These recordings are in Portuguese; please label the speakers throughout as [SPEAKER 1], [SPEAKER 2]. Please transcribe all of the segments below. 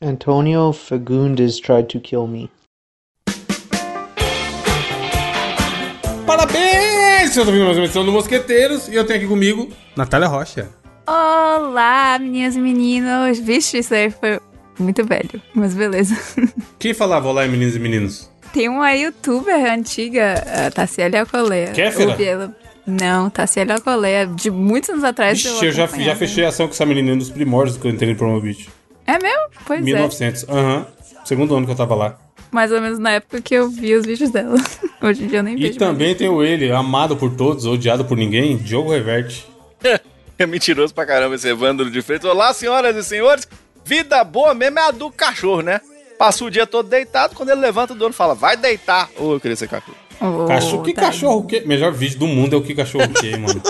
[SPEAKER 1] Antonio Fagundes tried to kill me.
[SPEAKER 2] Parabéns! Eu tô vindo mais uma edição do Mosqueteiros e eu tenho aqui comigo Natália Rocha.
[SPEAKER 3] Olá, minhas meninas. Vixe, isso aí foi muito velho, mas beleza.
[SPEAKER 2] Quem falava Olá, meninas e meninos?
[SPEAKER 3] Tem uma youtuber antiga, a Tassiele Alcoleia.
[SPEAKER 2] Kéfera?
[SPEAKER 3] Eu vi ela- Não, Tassiele Alcoleia, de muitos anos atrás.
[SPEAKER 2] Ixi, eu já,
[SPEAKER 3] acompanhava. né?
[SPEAKER 2] já fechei a ação com essa menina dos primórdios que eu entrei no Promobit.
[SPEAKER 3] É mesmo? Pois é.
[SPEAKER 2] 1900. Aham. Segundo ano que eu tava lá.
[SPEAKER 3] Mais ou menos na época que eu vi os vídeos dela. Hoje em dia eu nem
[SPEAKER 2] E
[SPEAKER 3] vejo. mais.
[SPEAKER 2] também tem o ele, amado por todos, odiado por ninguém, Diogo Reverte.
[SPEAKER 4] É mentiroso pra caramba esse Evandro de Freitas. Olá, senhoras e senhores. Vida boa mesmo é a do cachorro, né? Passa o dia todo deitado, quando ele levanta, o dono fala, vai deitar. Ô, eu queria ser cachorro.
[SPEAKER 3] Ô, tá.
[SPEAKER 2] Cachorro, que
[SPEAKER 3] tadinho.
[SPEAKER 2] cachorro que? Melhor vídeo do mundo é o que cachorro que, mano.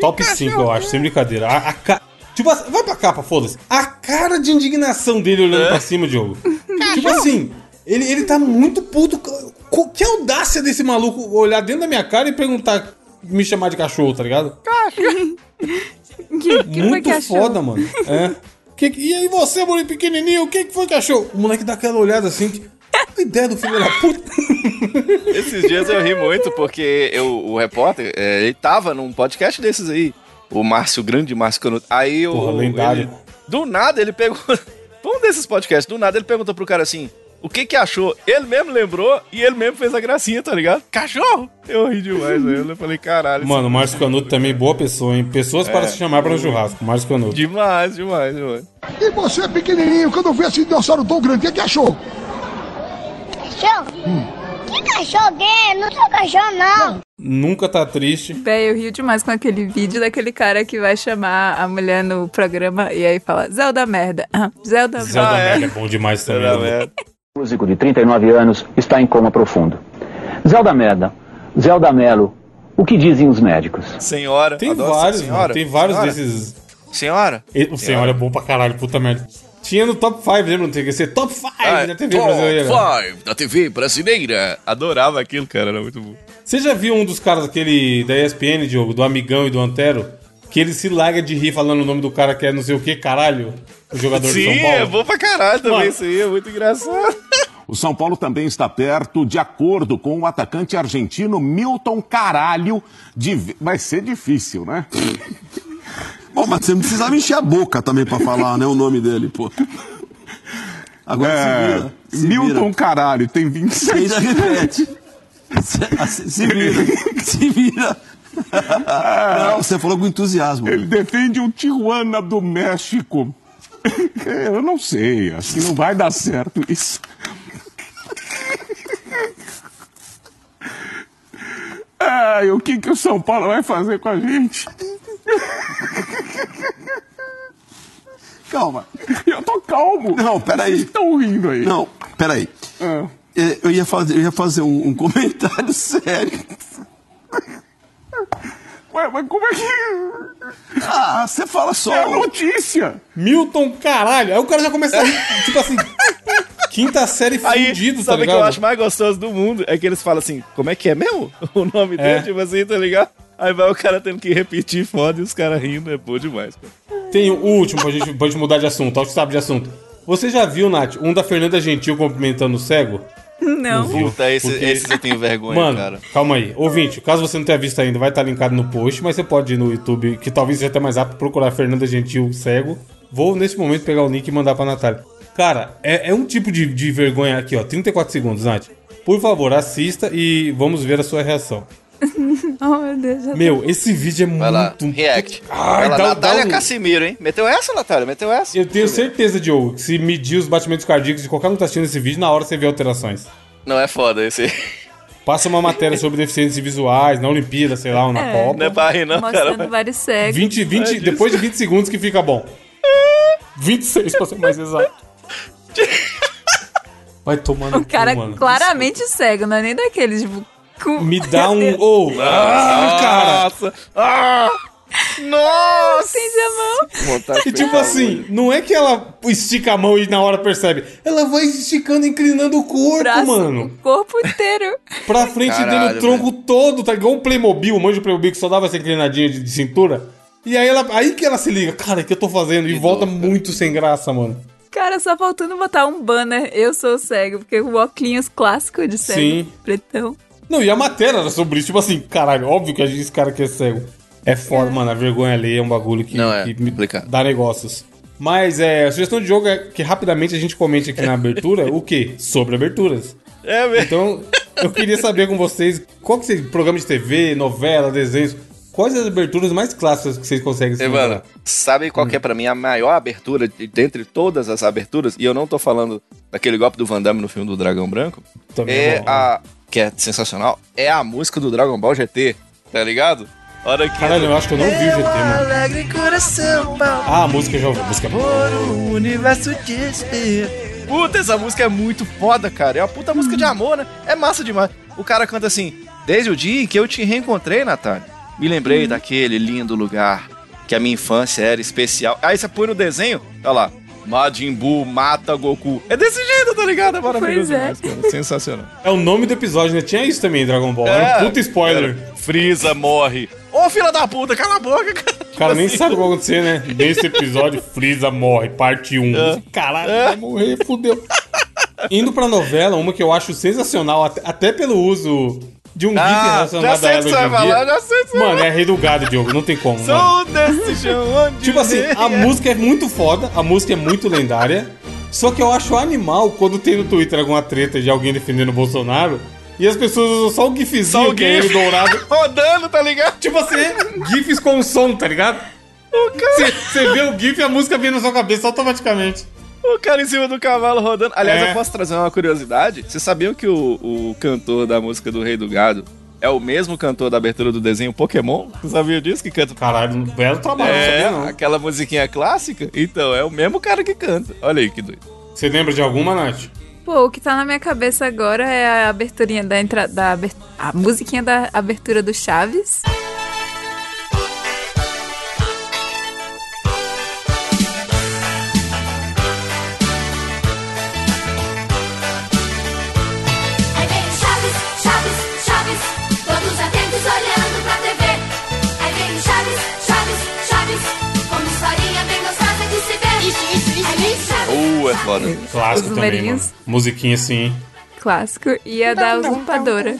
[SPEAKER 2] Top 5, eu
[SPEAKER 3] né?
[SPEAKER 2] acho, sem brincadeira. A, a ca- Tipo assim, vai pra capa, foda-se. A cara de indignação dele olhando pra cima, Diogo. tipo assim, ele, ele tá muito puto. Co- Que audácia desse maluco olhar dentro da minha cara e perguntar, me chamar de cachorro, tá ligado?
[SPEAKER 3] Que, que foi
[SPEAKER 2] muito
[SPEAKER 3] cachorro?
[SPEAKER 2] foda, mano. É. Que que- e aí você, moleque pequenininho, o que, que foi cachorro? O moleque dá aquela olhada assim, que... "Que ideia do filho da puta.
[SPEAKER 4] Esses dias eu ri muito porque eu, o repórter, é, ele tava num podcast desses aí. O Márcio, grande Márcio Canuto. Aí eu.
[SPEAKER 2] Porra, lendário.
[SPEAKER 4] ele- do nada ele pegou. Foi um desses podcasts. Do nada ele perguntou pro cara assim: o que que achou? Ele mesmo lembrou e ele mesmo fez a gracinha, tá ligado? Cachorro! Eu ri demais, velho. Eu falei: caralho. é
[SPEAKER 2] Mano, o Márcio Canuto também, é boa pessoa, hein? Pessoas para se chamar para um churrasco. Márcio Canuto.
[SPEAKER 4] Demais, demais, demais.
[SPEAKER 5] E você, pequenininho, quando vê esse dinossauro tão grande, o que, que achou?
[SPEAKER 6] Cachorro? Que cachorro que é? Não sou cachorro, não.
[SPEAKER 2] Nunca tá triste.
[SPEAKER 3] Véi, eu rio demais com aquele vídeo daquele cara que vai chamar a mulher no programa e aí fala Zelda merda. Ah, Zelda merda.
[SPEAKER 2] Zelda
[SPEAKER 4] Ah, é?
[SPEAKER 2] Merda é bom demais também. né?
[SPEAKER 7] Músico de 39 anos está em coma profundo. Zelda Merda, Zelda Melo, o que dizem os médicos?
[SPEAKER 4] Senhora.
[SPEAKER 2] Tem
[SPEAKER 4] adoro
[SPEAKER 2] vários,
[SPEAKER 4] senhora.
[SPEAKER 2] mano. Tem vários
[SPEAKER 4] Senhora?
[SPEAKER 2] desses.
[SPEAKER 4] Senhora?
[SPEAKER 2] E- O senhor é bom pra caralho, puta merda. Tinha no top 5, lembra? Não tem que ser top 5
[SPEAKER 4] Ah,
[SPEAKER 2] da TV brasileira.
[SPEAKER 4] Top 5 da TV brasileira. Adorava aquilo, cara. Era muito bom.
[SPEAKER 2] Você já viu um dos caras aquele da ESPN, Diogo, do Amigão e do Antero? Que ele se larga de rir falando o nome do cara que é não sei o que, caralho? O jogador de São
[SPEAKER 4] Sim,
[SPEAKER 2] Paulo.
[SPEAKER 4] é bom pra caralho também
[SPEAKER 2] Mano.
[SPEAKER 4] isso aí. É muito engraçado.
[SPEAKER 8] O São Paulo também está perto, de acordo com o atacante argentino Milton Caralho, de... ve- vai ser difícil, né?
[SPEAKER 9] Bom, mas você não precisava encher a boca também pra falar, né, o nome dele, pô. Agora se vira. Se
[SPEAKER 8] É, Milton
[SPEAKER 9] vira.
[SPEAKER 8] Caralho, tem 26
[SPEAKER 9] Ainda repete. é Se, se vira. Se vira.
[SPEAKER 8] É.
[SPEAKER 9] Não, você falou com entusiasmo. né?
[SPEAKER 8] Ele defende o Tijuana do México. Eu não sei, acho que não vai dar certo isso. Ai, o que, que o São Paulo vai fazer com a gente?
[SPEAKER 9] Calma.
[SPEAKER 8] Eu tô calmo.
[SPEAKER 9] Não, peraí.
[SPEAKER 8] Estão rindo aí.
[SPEAKER 9] Não, peraí.
[SPEAKER 8] Ah.
[SPEAKER 9] É, Eu ia fazer, eu ia fazer um, um comentário sério.
[SPEAKER 8] Ué, mas como é que.
[SPEAKER 9] Ah, você fala só.
[SPEAKER 8] É a notícia!
[SPEAKER 2] Milton, caralho. Aí o cara já começa a rir, tipo assim. Quinta série
[SPEAKER 4] Aí,
[SPEAKER 2] fudido, tá
[SPEAKER 4] sabe o que
[SPEAKER 2] ligado?
[SPEAKER 4] eu acho mais gostoso do mundo? É que eles falam assim, como é que é mesmo? O nome
[SPEAKER 2] É.
[SPEAKER 4] dele, tipo assim, tá ligado? Aí vai o cara tendo que repetir foda e os caras rindo, é bom demais. Cara.
[SPEAKER 2] Tem o último, pra gente, pra gente mudar de assunto. Acho que sabe de assunto. Você já viu, Nath, um da Fernanda Gentil cumprimentando o cego?
[SPEAKER 3] Não.
[SPEAKER 2] Viu?
[SPEAKER 4] Tá
[SPEAKER 2] Porque-
[SPEAKER 4] eu tenho vergonha,
[SPEAKER 2] Mano, calma aí. Ouvinte, caso você não tenha visto ainda, vai estar linkado no post, mas você pode ir no YouTube, que talvez seja até mais rápido, procurar Fernanda Gentil cego. Vou, nesse momento, pegar o link e mandar pra Natália. Cara, é, é um tipo de, de vergonha aqui, ó. 34 segundos, Nath. Por favor, assista e vamos ver a sua reação.
[SPEAKER 3] Oh, meu Deus. já-
[SPEAKER 2] Meu, esse vídeo é muito...
[SPEAKER 4] react.
[SPEAKER 2] Ai, dá- dá um-
[SPEAKER 4] Cassimiro, hein? Meteu essa, Natália? Meteu essa?
[SPEAKER 2] Eu tenho certeza, Diogo, que se medir os batimentos cardíacos de qualquer um que tá assistindo esse vídeo, na hora você vê alterações.
[SPEAKER 4] Não é foda esse.
[SPEAKER 2] Passa uma matéria sobre deficiências visuais, na Olimpíada, sei lá, ou na Copa.
[SPEAKER 4] Não é pra rir, não, cara.
[SPEAKER 3] Mostrando vários cegos.
[SPEAKER 2] 20, 20,
[SPEAKER 4] disso.
[SPEAKER 2] depois de 20 segundos que fica bom. 26 pra ser mais exato. Vai tomando
[SPEAKER 3] O Um cara
[SPEAKER 2] cu, um, mano.
[SPEAKER 3] claramente cego, não é nem daqueles tipo, com-
[SPEAKER 2] Me dá um. Oh, ah, cara!
[SPEAKER 4] Nossa! Ah! Nossa!
[SPEAKER 3] Estende a mão.
[SPEAKER 4] Vontade de
[SPEAKER 2] E tipo
[SPEAKER 4] fechar o
[SPEAKER 2] assim,
[SPEAKER 4] olho.
[SPEAKER 2] não é que ela estica a mão e na hora percebe. Ela vai esticando, inclinando o corpo,
[SPEAKER 3] Braço,
[SPEAKER 2] mano.
[SPEAKER 3] o corpo inteiro.
[SPEAKER 2] Pra frente dele
[SPEAKER 4] Caralho,
[SPEAKER 2] o tronco todo, tá igual um Playmobil, um monte de Playmobil que só dava essa inclinadinha de, de cintura. E aí ela. Aí que ela se liga, cara, o que eu tô fazendo? E volta muito sem graça, mano.
[SPEAKER 3] Cara, só faltando botar um banner, eu sou cego, porque o óculos clássico de cego,
[SPEAKER 2] Sim.
[SPEAKER 3] pretão.
[SPEAKER 2] Não, e a matéria era sobre isso, tipo assim, caralho, óbvio que a gente, esse cara que é cego. É foda, mano, a vergonha ali é um bagulho que,
[SPEAKER 4] Não, é
[SPEAKER 2] que me
[SPEAKER 4] complicado.
[SPEAKER 2] dá negócios. Mas é, a sugestão de jogo é que rapidamente a gente comente aqui na abertura o quê? Sobre aberturas.
[SPEAKER 4] É, velho.
[SPEAKER 2] Então, eu queria saber com vocês, qual que vocês, programa de TV, novela, desenhos, quais as aberturas mais clássicas que vocês conseguem se
[SPEAKER 4] Evana,
[SPEAKER 2] lembrar?
[SPEAKER 4] sabe qual que é pra mim a maior abertura de- dentre todas as aberturas? E eu não tô falando daquele golpe do Van Damme no filme do Dragão Branco.
[SPEAKER 2] Também é
[SPEAKER 4] É
[SPEAKER 2] bom, né?
[SPEAKER 4] a. Que é sensacional. É a música do Dragon Ball GT, tá ligado? Olha aqui.
[SPEAKER 2] Caralho, eu acho que eu não vi o GT, mano.
[SPEAKER 10] Alegre coração, pau,
[SPEAKER 2] Ah, a música eu já ouvi, a música é boa.
[SPEAKER 4] um
[SPEAKER 10] o universo te espera.
[SPEAKER 4] Puta, essa música é muito foda, cara. É uma puta música de amor, né? É massa demais. O cara canta assim: Desde o dia em que eu te reencontrei, Natália, me
[SPEAKER 2] Uhum.
[SPEAKER 4] lembrei daquele lindo lugar que a minha infância era especial. Aí você põe no desenho, olha lá. Majin Buu mata Goku. É desse jeito, tá ligado? É maravilhoso
[SPEAKER 3] Pois é.
[SPEAKER 4] demais, cara. Sensacional.
[SPEAKER 2] É o nome do episódio, né? Tinha isso também em Dragon Ball. Era um puta spoiler.
[SPEAKER 4] É, Era, Freeza morre. Ô, filha da puta, cala a boca, cara.
[SPEAKER 2] O cara
[SPEAKER 4] assim.
[SPEAKER 2] nem sabe o que vai acontecer, né? Nesse episódio, Freeza morre, parte 1.
[SPEAKER 4] É.
[SPEAKER 2] Caralho, vai morrer, fudeu. Indo pra novela, uma que eu acho sensacional, até, até pelo uso de um gif
[SPEAKER 4] Ah, já
[SPEAKER 2] relacionado a
[SPEAKER 4] sei o
[SPEAKER 2] ela
[SPEAKER 4] que você vai
[SPEAKER 2] hoje em
[SPEAKER 4] falar, né?
[SPEAKER 2] dia.
[SPEAKER 4] já sei o que você vai
[SPEAKER 2] Mano, é rei do gado, Diogo, não tem como, mano.
[SPEAKER 4] falar. Sou desse chão onde
[SPEAKER 2] Tipo assim, a
[SPEAKER 4] veio-
[SPEAKER 2] música é muito foda, a música é muito lendária. Só que eu acho animal quando tem no Twitter alguma treta de alguém defendendo o Bolsonaro e as pessoas usam só o gifzinho
[SPEAKER 4] Só o
[SPEAKER 2] que é
[SPEAKER 4] gif.
[SPEAKER 2] ele dourado.
[SPEAKER 4] Rodando, tá ligado?
[SPEAKER 2] Tipo assim, GIFs com som, tá ligado? Você vê o GIF e a música vem na sua cabeça automaticamente.
[SPEAKER 4] O cara em cima do cavalo rodando. Aliás,
[SPEAKER 2] É.
[SPEAKER 4] eu posso trazer uma curiosidade? Vocês sabiam que o, o cantor da música do Rei do Gado é o mesmo cantor da abertura do desenho Pokémon? Vocês sabiam disso? Que canta.
[SPEAKER 2] Caralho, um belo trabalho,
[SPEAKER 4] É,
[SPEAKER 2] não sabia
[SPEAKER 4] aquela musiquinha clássica? Então, é o mesmo cara que canta. Olha aí que doido.
[SPEAKER 2] não. Você lembra de alguma, Nath?
[SPEAKER 3] Pô, o que tá na minha cabeça agora é a aberturinha da entrada. Da aber- a musiquinha da abertura do Chaves.
[SPEAKER 10] Aí vem o Chaves, Chaves, Chaves, todos atentos olhando pra TV. Aí vem o Chaves, Chaves, Chaves, uma historinha bem gostosa de se ver. Isso, isso, isso. Aí vem o Chaves.
[SPEAKER 4] Uh, é foda.
[SPEAKER 2] Clássico também,
[SPEAKER 3] Os
[SPEAKER 2] mano.
[SPEAKER 3] numerinhos.
[SPEAKER 2] Musiquinha assim.
[SPEAKER 3] Clássico. E a da usurpadora.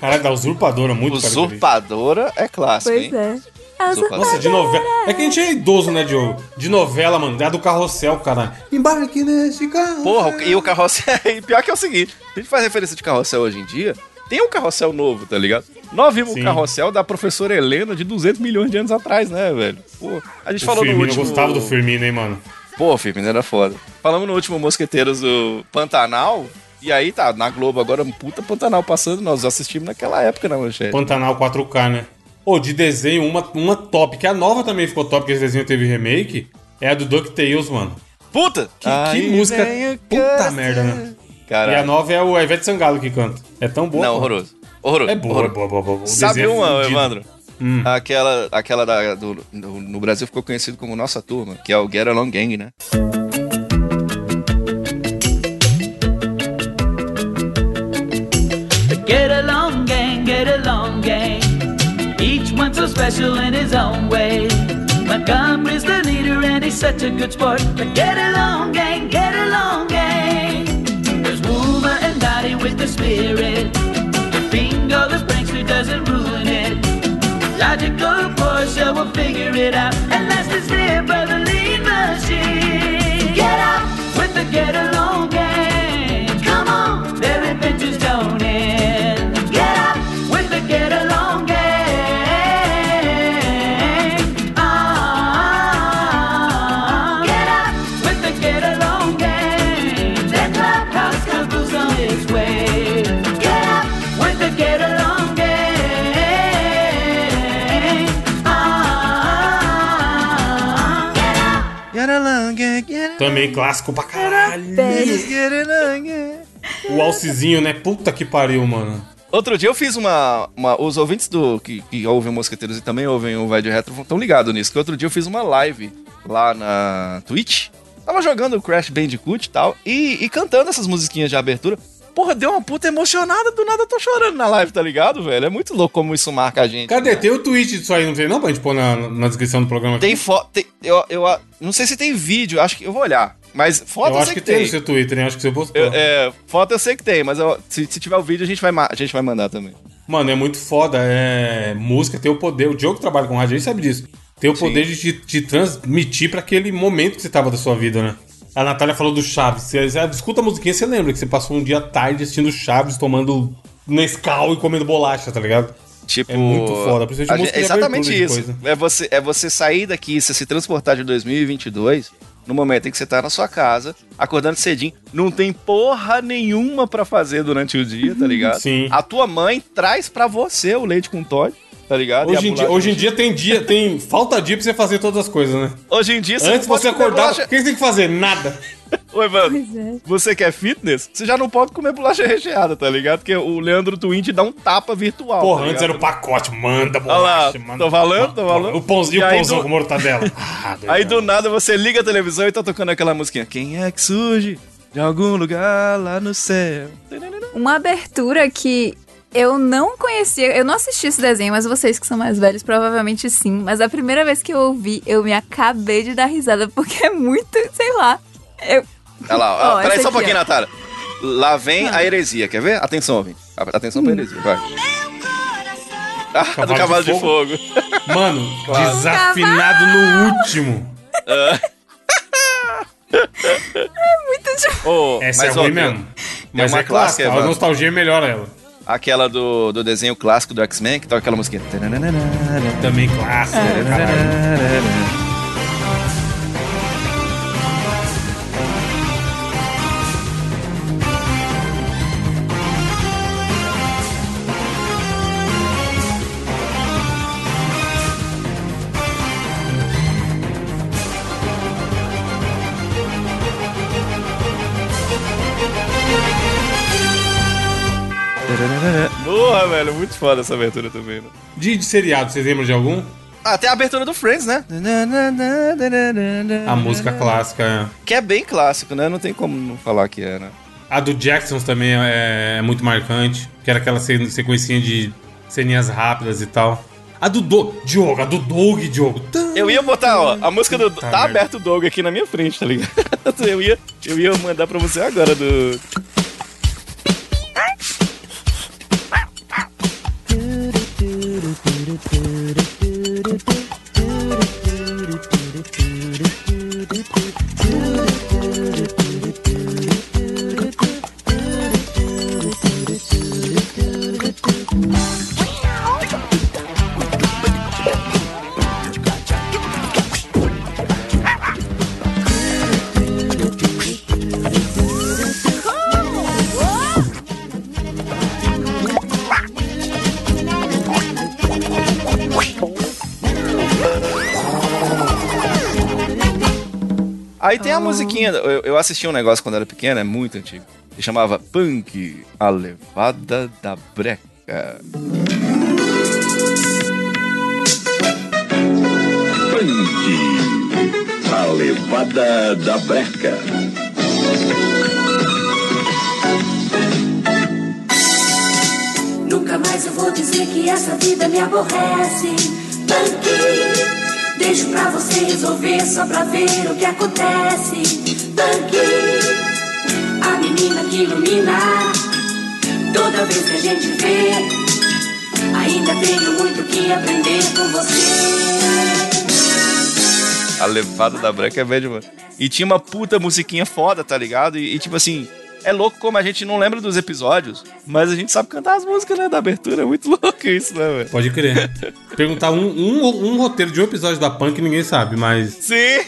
[SPEAKER 2] Caralho, da usurpadora, muito parecido.
[SPEAKER 4] Usurpadora é clássico,
[SPEAKER 3] Pois
[SPEAKER 4] hein?
[SPEAKER 3] é. A
[SPEAKER 4] Usurpadora.
[SPEAKER 2] Nossa, de novela. É que a gente é idoso, né, Diogo? De novela, mano. É a do carrossel, caralho. Embarque neste carro.
[SPEAKER 4] Porra, o- e o carrossel. E pior que é o seguinte: a gente faz referência de carrossel hoje em dia. Tem um carrossel novo, tá ligado? Nós vimos
[SPEAKER 2] Sim.
[SPEAKER 4] o carrossel da professora Helena de 200 milhões de anos atrás, né, velho? Pô, a gente
[SPEAKER 2] O
[SPEAKER 4] falou
[SPEAKER 2] Firmino,
[SPEAKER 4] no
[SPEAKER 2] eu
[SPEAKER 4] último.
[SPEAKER 2] gostava do Firmino, hein, mano.
[SPEAKER 4] Pô, Firmino era foda. Falamos no último Mosqueteiros do Pantanal. E aí tá, na Globo agora, um puta Pantanal passando. Nós assistimos naquela época na manchete.
[SPEAKER 2] Pantanal 4K, né? Ô, de desenho, uma, uma top, que a nova também ficou top, que esse desenho teve remake, é a do DuckTales, mano.
[SPEAKER 4] Puta!
[SPEAKER 2] Que, que música puta merda, né? E a
[SPEAKER 4] Cara,
[SPEAKER 2] nova é o a Ivete Sangalo que canta. É tão boa.
[SPEAKER 4] não,
[SPEAKER 2] pô.
[SPEAKER 4] horroroso. Horroroso.
[SPEAKER 2] É boa, é
[SPEAKER 4] horroroso.
[SPEAKER 2] boa, boa, boa. O
[SPEAKER 4] Sabe
[SPEAKER 2] desenho é
[SPEAKER 4] uma,
[SPEAKER 2] fudido.
[SPEAKER 4] Evandro?
[SPEAKER 2] Hum.
[SPEAKER 4] Aquela, aquela da, do- no, no Brasil ficou conhecido como Nossa Turma, que é o Get Along Gang, né?
[SPEAKER 10] Get along, gang, get along, gang. Each one so special in his own way. Montgomery's the leader and he's such a good sport. But get along, gang, get along, gang. There's Wilma and Dottie with the spirit. Bingo, the prankster doesn't ruin it. Logical Portia will figure it out. And last is there by the lead machine. Get up with the get along gang. Come on, their adventures don't end. Get up with the get along gang. Ah, get up with the get along gang. The clubhouse comes on its way. Get up with the get along gang. Ah, get up.
[SPEAKER 4] Get Along Gang, get
[SPEAKER 2] Também clássico pra caralho.
[SPEAKER 4] Get Along Gang.
[SPEAKER 2] O Alcizinho, né? Puta que pariu, mano.
[SPEAKER 4] Outro dia eu fiz uma. uma- os ouvintes do que, que ouvem o Mosqueteiros e também ouvem o Vai de Retro estão ligados nisso. Que outro dia eu fiz uma live lá na Twitch. Tava jogando o Crash Bandicoot e tal. E, e cantando essas musiquinhas de abertura. Porra, deu uma puta emocionada, do nada eu tô chorando na live, tá ligado, velho? É muito louco como isso marca a gente.
[SPEAKER 2] Cadê? Tem o tweet disso aí, não tem não pra gente pôr na, na descrição do programa aqui?
[SPEAKER 4] Tem foto. Eu, eu a- não sei se tem vídeo, acho que eu vou olhar. Mas foto
[SPEAKER 2] eu
[SPEAKER 4] eu
[SPEAKER 2] acho
[SPEAKER 4] sei
[SPEAKER 2] que,
[SPEAKER 4] que,
[SPEAKER 2] tem
[SPEAKER 4] tem.
[SPEAKER 2] no seu Twitter, hein? Acho que você tá postou.
[SPEAKER 4] Eu- é, foto eu sei que tem, mas eu- se, se tiver o vídeo a gente, vai, ma- a gente vai mandar também.
[SPEAKER 2] Mano, é muito foda. É... Música tem o poder. O Diogo que trabalha com rádio, ele sabe disso. Tem o poder de te, te transmitir pra aquele momento que você tava da sua vida, né? A Natália falou do Chaves. Você, você escuta a musiquinha, você lembra que você passou um dia à tarde assistindo Chaves, tomando Nescau e comendo bolacha, tá ligado?
[SPEAKER 4] Tipo,
[SPEAKER 2] é muito foda. Principalmente
[SPEAKER 4] A gente-
[SPEAKER 2] música
[SPEAKER 4] é
[SPEAKER 2] de
[SPEAKER 4] exatamente
[SPEAKER 2] abertura de
[SPEAKER 4] isso.
[SPEAKER 2] coisa.
[SPEAKER 4] É você, é você sair daqui, você se transportar de 2022, no momento em que você tá na sua casa, acordando cedinho, não tem porra nenhuma pra fazer durante o dia, tá ligado?
[SPEAKER 2] Sim.
[SPEAKER 4] A tua mãe traz pra você o leite com toddy, tá ligado? E a
[SPEAKER 2] Hoje em, dia,
[SPEAKER 4] bolacha-
[SPEAKER 2] hoje em dia tem dia, tem falta dia pra você fazer todas as coisas, né?
[SPEAKER 4] Hoje em dia
[SPEAKER 2] Antes
[SPEAKER 4] não
[SPEAKER 2] você
[SPEAKER 4] pode comer
[SPEAKER 2] acordava,
[SPEAKER 4] bolacha-
[SPEAKER 2] o que você tem que fazer? Nada.
[SPEAKER 4] Ô, Evandro, você quer fitness? Você já não pode comer bolacha recheada, tá ligado? Porque o Leandro Twin te dá um tapa virtual.
[SPEAKER 2] Porra,
[SPEAKER 4] tá
[SPEAKER 2] antes
[SPEAKER 4] ligado?
[SPEAKER 2] era o pacote, manda
[SPEAKER 4] Olha lá,
[SPEAKER 2] bolacha, manda.
[SPEAKER 4] tô falando, tô falando.
[SPEAKER 2] O pãozinho,
[SPEAKER 4] E
[SPEAKER 2] o
[SPEAKER 4] aí
[SPEAKER 2] pãozão
[SPEAKER 4] do-
[SPEAKER 2] com mortadela. Ah,
[SPEAKER 4] Aí do nada você liga a televisão e tá tocando aquela musiquinha. Quem é que surge de algum lugar lá no céu?
[SPEAKER 3] Uma abertura que eu não conhecia, eu não assisti esse desenho, mas vocês que são mais velhos provavelmente sim. Mas a primeira vez que eu ouvi, eu me acabei de dar risada, porque é muito, sei lá. Eu,
[SPEAKER 4] Olha lá, ó,
[SPEAKER 3] Ó,
[SPEAKER 4] peraí
[SPEAKER 3] essa
[SPEAKER 4] só
[SPEAKER 3] aqui,
[SPEAKER 4] um pouquinho,
[SPEAKER 3] ó. Ah.
[SPEAKER 4] Natália. Lá vem a heresia, quer ver? Atenção, ouvinte. A- Atenção pra heresia, vai. Ah, do cavalo de fogo.
[SPEAKER 2] Mano,
[SPEAKER 4] Claro.
[SPEAKER 2] desafinado no último.
[SPEAKER 3] muito de...
[SPEAKER 4] Ô,
[SPEAKER 2] Essa é
[SPEAKER 4] mas,
[SPEAKER 2] ruim
[SPEAKER 4] ó,
[SPEAKER 2] mesmo.
[SPEAKER 4] Tem
[SPEAKER 2] Mas
[SPEAKER 4] uma
[SPEAKER 2] é
[SPEAKER 4] clássica,
[SPEAKER 2] clássica, a
[SPEAKER 4] Evandro.
[SPEAKER 2] nostalgia melhora ela.
[SPEAKER 4] Aquela do, do desenho clássico do X-Men, que toca aquela musiquinha.
[SPEAKER 2] Também clássica, né, caralho.
[SPEAKER 4] Porra, velho, muito foda essa abertura também, né?
[SPEAKER 2] De, de seriado, vocês lembram de algum?
[SPEAKER 4] Até Ah, a abertura do Friends, né?
[SPEAKER 2] A música clássica.
[SPEAKER 4] Que é bem clássico, né? Não tem como não falar que é, né?
[SPEAKER 2] A do Jacksons também é, é muito marcante, que era aquela se- sequencinha de ceninhas rápidas e tal. A do Doug, Diogo, a do Doug, Diogo. Tum.
[SPEAKER 4] Eu ia botar, ó, a música do.
[SPEAKER 2] Puta
[SPEAKER 4] Tá
[SPEAKER 2] merda.
[SPEAKER 4] aberto o Doug aqui na minha frente, tá ligado? Eu ia, eu ia mandar pra você agora do. Aí
[SPEAKER 2] Ah.
[SPEAKER 4] tem a musiquinha. Eu, eu assisti um negócio quando era pequeno, é muito antigo. Que chamava Punk, a levada da breca.
[SPEAKER 11] A levada da breca.
[SPEAKER 12] Nunca mais eu vou dizer que essa vida me aborrece. Tanque, deixo pra você resolver só pra ver o que acontece. Tanque, a menina que ilumina. Toda vez que a gente vê, ainda tenho muito que aprender com você.
[SPEAKER 4] A levada da breca é velho, mano. E tinha uma puta musiquinha foda, tá ligado? E, e tipo assim. É louco como a gente não lembra dos episódios, mas a gente sabe cantar as músicas, né? Da abertura. É muito louco isso, né, velho?
[SPEAKER 2] Pode crer. Perguntar um, um, um roteiro de um episódio da Punk ninguém sabe, mas
[SPEAKER 4] Sim!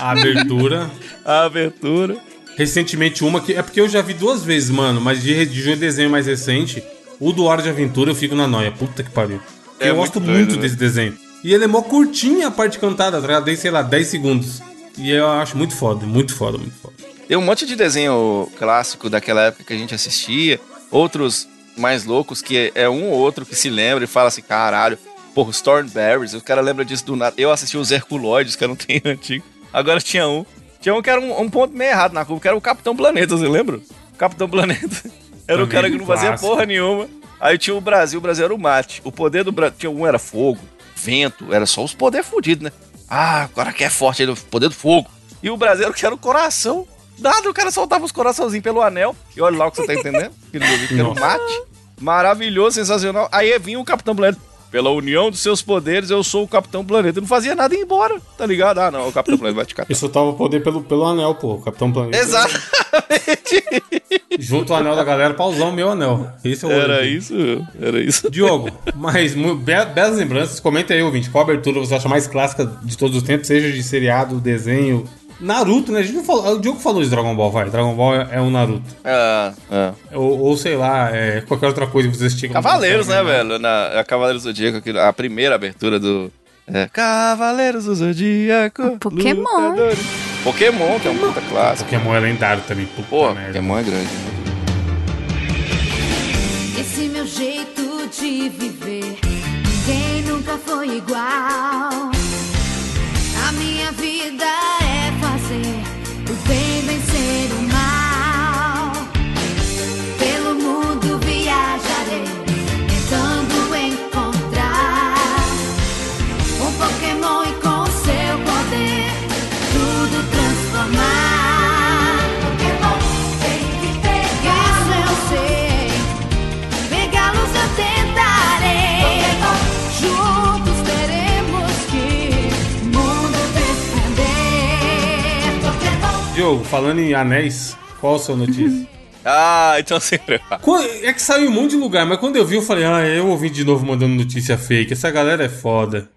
[SPEAKER 2] a abertura.
[SPEAKER 4] a abertura.
[SPEAKER 2] Recentemente uma que. É porque eu já vi duas vezes, mano, mas de, re- de um desenho mais recente, o do Hora de Aventura eu fico na noia. Puta que pariu.
[SPEAKER 4] É
[SPEAKER 2] eu
[SPEAKER 4] muito
[SPEAKER 2] gosto
[SPEAKER 4] doido,
[SPEAKER 2] muito
[SPEAKER 4] né?
[SPEAKER 2] desse desenho. E ele é mó curtinha a parte cantada, tá ligado? Dei, sei lá, 10 segundos. E eu acho muito foda, muito foda, muito foda.
[SPEAKER 4] Tem um monte de desenho clássico daquela época que a gente assistia, outros mais loucos, que é um ou outro que se lembra e fala assim, caralho, porra, os Thornberries, o cara lembra disso do nada. Eu assisti os Herculoides, que eu não tenho antigo. Agora tinha um. Tinha um que era um, um ponto meio errado na curva, que era o Capitão Planeta, você lembra? O Capitão Planeta. Era o
[SPEAKER 2] Também
[SPEAKER 4] cara que não fazia
[SPEAKER 2] clássico.
[SPEAKER 4] porra nenhuma. Aí tinha o Brasil, o Brasil era o mate. O poder do Brasil. Tinha um era fogo, vento, era só os poderes fudidos, né? Ah, agora que é forte, ele- o poder do fogo. E o brasileiro que era o coração. Nada, o cara soltava os coraçãozinhos pelo anel. E olha lá o que você tá entendendo. Filho do ouvido, que era um
[SPEAKER 2] Nossa.
[SPEAKER 4] mate. Maravilhoso, sensacional. Aí vinha o Capitão Planeta. Pela união dos seus poderes, eu sou o Capitão Planeta. Não fazia nada e ia embora, tá ligado? Ah, não, o Capitão Planeta vai te catar.
[SPEAKER 2] Eu soltava o poder pelo, pelo anel, pô. O Capitão Planeta.
[SPEAKER 4] Exatamente.
[SPEAKER 2] Junto o anel da galera pra usar o meu anel. Esse é o
[SPEAKER 4] Era
[SPEAKER 2] isso, era isso. Diogo, mas mu- be- belas lembranças. Comenta aí, ouvinte. Qual abertura você acha mais clássica de todos os tempos? Seja de seriado, desenho. Naruto, né? A gente não falou, o Diogo falou de Dragon Ball, vai. Dragon Ball é, é um Naruto.
[SPEAKER 4] Ah, ah.
[SPEAKER 2] Ou, ou sei lá, é, qualquer outra coisa que vocês tinham.
[SPEAKER 4] Cavaleiros, né, velho? Na, a Cavaleiros do Zodíaco, aquilo- a primeira abertura do. é, Cavaleiros do Zodíaco.
[SPEAKER 3] Pokémon.
[SPEAKER 4] Pokémon, que é um puta clássico.
[SPEAKER 2] Pokémon é lendário também.
[SPEAKER 4] Pô, Pokémon é grande.
[SPEAKER 12] Esse meu jeito de viver, ninguém nunca foi igual. A minha vida é fazer o bem vencer o mal. Pelo mundo viajarei, tentando encontrar um Pokémon e com seu poder tudo transformar. Pokémon tem que pegar, isso eu sei. Pegá-los eu tentarei. Juntos teremos que o mundo
[SPEAKER 6] é
[SPEAKER 12] defender. Pokémon.
[SPEAKER 2] Diogo, falando em anéis, qual a sua notícia?
[SPEAKER 4] Ah, então se prepara.
[SPEAKER 2] Quan- É que saiu um monte de lugar, mas quando eu vi, eu falei, ah, eu ouvi de novo mandando notícia fake. Essa galera é foda.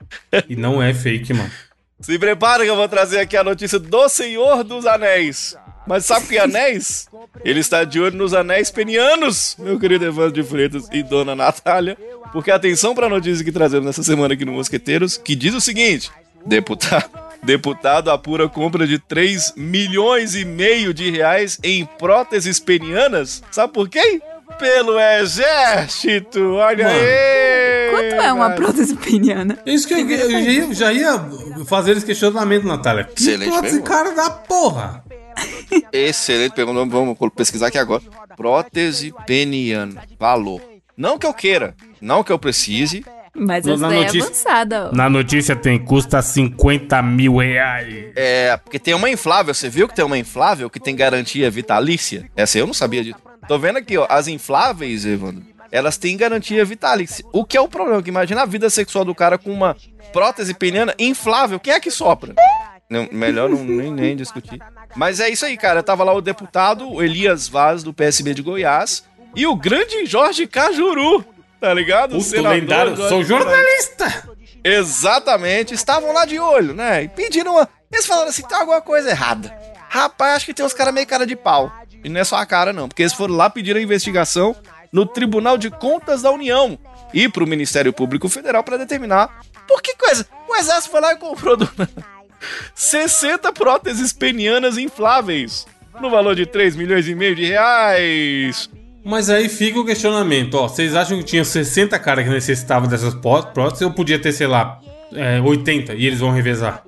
[SPEAKER 2] E não é fake, mano.
[SPEAKER 4] Se prepara que eu vou trazer aqui a notícia do Senhor dos Anéis. Mas sabe que é anéis? Ele está de olho nos anéis penianos, meu querido Evandro de Freitas e dona Natália. Porque atenção para a notícia que trazemos nessa semana aqui no Mosqueteiros, que diz o seguinte: deputado, deputado apura compra de 3 milhões e meio de reais em próteses penianas. Sabe por quê? Pelo exército! Olha
[SPEAKER 2] Mano.
[SPEAKER 4] aí!
[SPEAKER 3] Quanto é uma
[SPEAKER 4] vai.
[SPEAKER 3] prótese peniana?
[SPEAKER 2] É isso que eu, eu já, ia- já ia fazer esse questionamento, Natália. Que
[SPEAKER 4] Excelente
[SPEAKER 2] prótese,
[SPEAKER 4] pergunta.
[SPEAKER 2] cara da porra!
[SPEAKER 4] Excelente pergunta. Vamos vamos pesquisar aqui agora. Prótese peniana. Valor. Não que eu queira, não que eu precise.
[SPEAKER 3] Mas
[SPEAKER 2] Na
[SPEAKER 3] essa daí é
[SPEAKER 2] notícia-
[SPEAKER 3] avançada, ó.
[SPEAKER 2] Na notícia tem, custa 50 mil reais.
[SPEAKER 4] É, porque tem uma inflável. Você viu que tem uma inflável que tem garantia vitalícia? Essa eu não sabia disso. Tô vendo aqui, ó. As infláveis, Evandro, elas têm garantia vitalícia. O que é o problema? Que imagina a vida sexual do cara com uma prótese peniana inflável. Quem é que sopra? Não, melhor não, nem, nem discutir. Mas é isso aí, cara. Tava lá o deputado o Elias Vaz, do PSB de Goiás, e o grande Jorge Cajuru, tá ligado?
[SPEAKER 2] Puta,
[SPEAKER 4] senador
[SPEAKER 2] lendário.
[SPEAKER 4] Jorge
[SPEAKER 2] Sou jornalista!
[SPEAKER 4] Exatamente. Estavam lá de olho, né? E pediram uma... Eles falaram assim, tem alguma coisa errada. Rapaz, acho que tem uns caras meio cara de pau. E não é só a cara, não. Porque eles foram lá pedir a investigação no Tribunal de Contas da União e pro Ministério Público Federal pra determinar por que coisa. O Exército foi lá e comprou do... 60 próteses penianas infláveis no valor de 3 milhões e meio de reais.
[SPEAKER 2] Mas aí fica o questionamento, ó. Vocês acham que tinha 60 caras que necessitavam dessas pró- próteses? Eu podia ter, sei lá, é, 80 e eles vão revezar.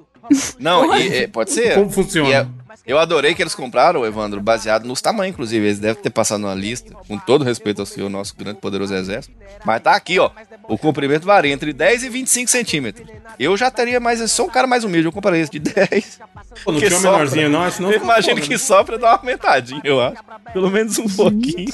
[SPEAKER 4] Não, e- e- pode ser.
[SPEAKER 2] Como funciona?
[SPEAKER 4] E é- eu adorei que eles compraram, Evandro, baseado nos tamanhos, inclusive. Eles devem ter passado uma lista, com todo respeito ao senhor, nosso grande e poderoso exército. Mas tá aqui, ó. O comprimento varia entre 10 e 25 centímetros. Eu já teria mais. Eu sou um cara mais humilde, eu compraria esse de 10.
[SPEAKER 2] Pô, não
[SPEAKER 4] Que
[SPEAKER 2] tinha uma
[SPEAKER 4] sopra.
[SPEAKER 2] menorzinha, não, acho não. né?
[SPEAKER 4] Eu imagino que só pra dar uma aumentadinha, eu acho. Pelo menos um pouquinho.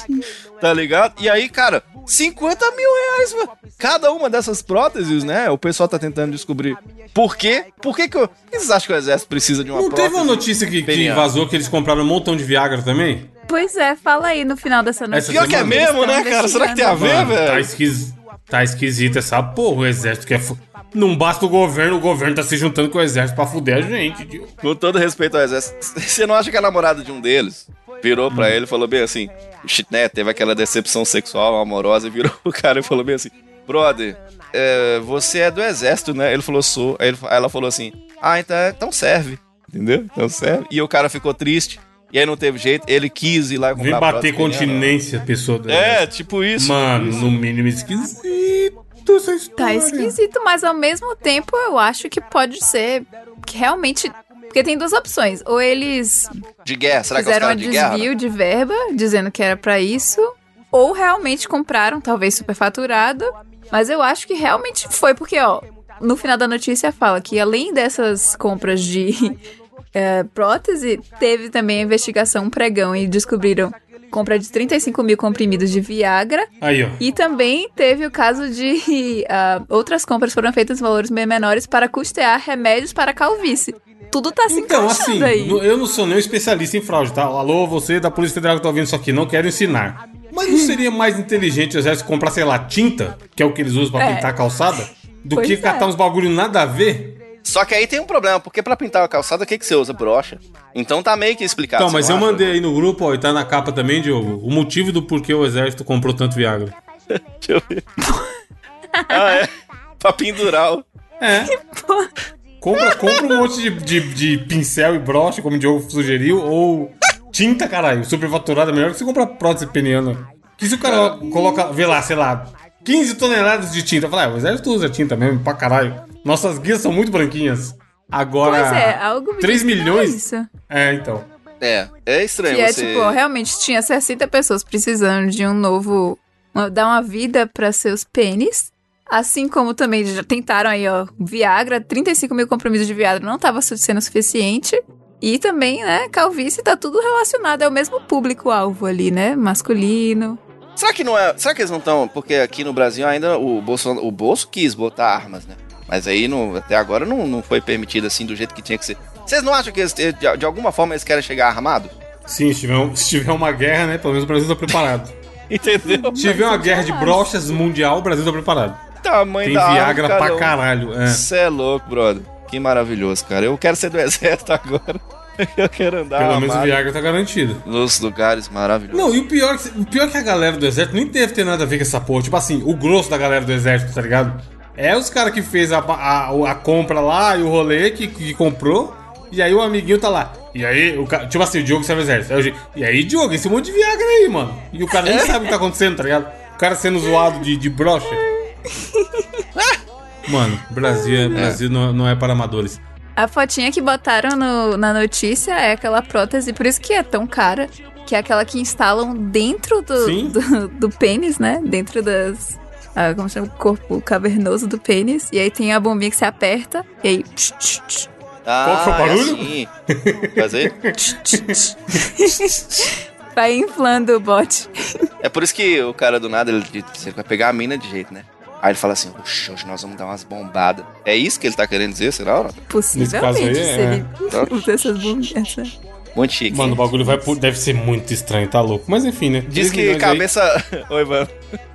[SPEAKER 4] Tá ligado? E aí, cara, 50 mil reais, mano. Cada uma dessas próteses, né? O pessoal tá tentando descobrir por quê. Por que que eu... Por que vocês acham que o exército precisa de uma
[SPEAKER 2] Não
[SPEAKER 4] prótese?
[SPEAKER 2] teve uma notícia que, que
[SPEAKER 4] peniana?
[SPEAKER 2] vazou que eles compraram um montão de Viagra também?
[SPEAKER 3] Pois é, fala aí no final dessa notícia.
[SPEAKER 4] Pior que é mesmo, né, cara? Será que tem a ver,
[SPEAKER 2] Mano,
[SPEAKER 4] velho?
[SPEAKER 2] Tá, esquis... tá esquisito essa porra, o exército que é. fu- Não basta o governo, o governo tá se juntando com o exército pra fuder a gente, tio.
[SPEAKER 4] Com todo respeito ao exército, você não acha que a namorada de um deles virou pra ele e falou bem assim, "Ixi, né, teve aquela decepção sexual, amorosa, e virou o cara e falou bem assim, brother, é, você é do exército, né? Ele falou, sou. Aí ele- aí ela falou assim, ah, então, então serve, entendeu? Então serve. E o cara ficou triste, e aí não teve jeito, ele quis ir lá comprar
[SPEAKER 2] Vem
[SPEAKER 4] a
[SPEAKER 2] bater
[SPEAKER 4] prótese peniana.
[SPEAKER 2] continência, pessoa do
[SPEAKER 4] né? É, tipo isso.
[SPEAKER 2] Mano,
[SPEAKER 4] tipo
[SPEAKER 2] no mínimo esquisito.
[SPEAKER 3] Tá esquisito, mas ao mesmo tempo eu acho que pode ser que realmente. Porque tem duas opções. Ou eles
[SPEAKER 4] isso. De guerra, será que é os
[SPEAKER 3] fizeram um
[SPEAKER 4] caras de guerra?
[SPEAKER 3] desvio de verba, dizendo que era pra isso, ou realmente compraram, talvez superfaturado, mas eu acho que realmente foi, porque, ó, no final da notícia fala que além dessas compras de é, prótese, teve também a investigação um pregão e descobriram compra de 35 mil comprimidos de Viagra.
[SPEAKER 2] Aí, ó.
[SPEAKER 3] E também teve o caso de ah, outras compras foram feitas em valores bem menores para custear remédios para calvície. Tudo tá se
[SPEAKER 2] Então,
[SPEAKER 3] encaixando
[SPEAKER 2] assim,
[SPEAKER 3] aí.
[SPEAKER 2] n- eu não sou nenhum especialista em fraude, tá? Alô, você da Polícia Federal que tá ouvindo isso aqui, não quero ensinar. Mas não seria mais inteligente o exército comprar, sei lá, tinta, que é o que eles usam pra
[SPEAKER 4] É.
[SPEAKER 2] pintar a calçada, do
[SPEAKER 4] Pois
[SPEAKER 2] que
[SPEAKER 4] é.
[SPEAKER 2] catar uns bagulho nada a ver?
[SPEAKER 4] Só que aí tem um problema, porque pra pintar a calçada, o que, que você usa? Brocha. Então tá meio que explicado.
[SPEAKER 2] Então, mas
[SPEAKER 4] você
[SPEAKER 2] eu
[SPEAKER 4] não acha?
[SPEAKER 2] mandei aí no grupo, ó, e tá na capa também, Diogo, o motivo do porquê o exército comprou tanto Viagra.
[SPEAKER 4] Deixa eu ver. ah, é? Pra pendurar o...
[SPEAKER 2] É. Compra, compra um monte de, de, de pincel e brocha, como o Diogo sugeriu, ou tinta, caralho, superfaturada, é melhor que você comprar prótese peniana. Que se o cara coloca, vê lá, sei lá, 15 toneladas de tinta, fala, ah, o exército usa tinta mesmo, pra caralho. Nossas guias são muito branquinhas. Agora,
[SPEAKER 3] Pois é, algo me
[SPEAKER 2] 3
[SPEAKER 3] diz que não é
[SPEAKER 2] milhões?
[SPEAKER 3] isso.
[SPEAKER 2] É, então.
[SPEAKER 4] É, é estranho
[SPEAKER 3] Que é
[SPEAKER 4] você...
[SPEAKER 3] tipo, realmente tinha 60 pessoas precisando de um novo. uma- dar uma vida pra seus pênis. Assim como também já tentaram aí, ó, Viagra, 35 mil compromissos de Viagra não tava su- sendo suficiente. E também, né, calvície tá tudo relacionado, é o mesmo público-alvo ali, né? Masculino.
[SPEAKER 4] Será que não é. Será que eles não estão. Porque aqui no Brasil ainda o Bolsonaro. O Bolso quis botar armas, né? Mas aí não, até agora não, não foi permitido assim do jeito que tinha que ser. Vocês não acham que eles, de, de alguma forma eles querem chegar armados?
[SPEAKER 2] Sim, se tiver, um- se tiver uma guerra, né, pelo menos o Brasil tá preparado.
[SPEAKER 4] Entendeu?
[SPEAKER 2] Se tiver
[SPEAKER 3] é
[SPEAKER 2] uma guerra de brochas mundial, o Brasil tá preparado.
[SPEAKER 4] Tamanho
[SPEAKER 2] Tem
[SPEAKER 4] da
[SPEAKER 2] Viagra
[SPEAKER 4] arma,
[SPEAKER 2] pra
[SPEAKER 4] um.
[SPEAKER 2] caralho, é.
[SPEAKER 4] Cê é louco, brother. Que maravilhoso, cara. Eu quero ser do exército agora. Eu quero andar.
[SPEAKER 2] Pelo menos o
[SPEAKER 4] armado
[SPEAKER 2] Viagra tá garantido.
[SPEAKER 4] Nos lugares maravilhosos.
[SPEAKER 2] Não, e o pior, que- o pior que a galera do exército nem deve ter nada a ver com essa porra. Tipo assim, o grosso da galera do exército, tá ligado? É os caras que fez a, a, a compra lá e o rolê que, que comprou. E aí o amiguinho tá lá. E aí, o cara. Tipo assim, o Diogo serve o exército. Aí o Gi- e aí, Diogo, esse monte de Viagra aí, mano. E o cara nem sabe o que tá acontecendo, tá ligado? O cara sendo zoado de, de brocha. Mano, Brasil, é- Brasil Não, não é para amadores.
[SPEAKER 3] A fotinha que botaram no- na notícia é aquela prótese, por isso que é tão cara, que é aquela que instalam dentro do,
[SPEAKER 2] Sim.
[SPEAKER 3] do, do pênis, né? Dentro das. ah, como chama? O corpo cavernoso do pênis. E aí tem a bombinha que você aperta, e aí. tch, tch, tch.
[SPEAKER 4] Ah,
[SPEAKER 2] Qual que foi o
[SPEAKER 4] é
[SPEAKER 2] barulho?
[SPEAKER 4] assim. Fazer?
[SPEAKER 3] Vai inflando o bote.
[SPEAKER 4] É por isso que o cara do nada, ele, ele vai pegar a mina de jeito, né? Aí ele fala assim, oxe, hoje nós vamos dar umas bombadas. É isso que ele tá querendo dizer, será?
[SPEAKER 3] É
[SPEAKER 4] Renato?
[SPEAKER 3] Possivelmente, se ele
[SPEAKER 4] Tá?
[SPEAKER 3] usa essas bombinhas. né?
[SPEAKER 4] Muito chique.
[SPEAKER 2] Mano, o bagulho vai pro- deve ser muito estranho, tá louco? Mas enfim, né? Três
[SPEAKER 4] Diz que
[SPEAKER 2] milhões aí.
[SPEAKER 4] cabeça... Oi, mano.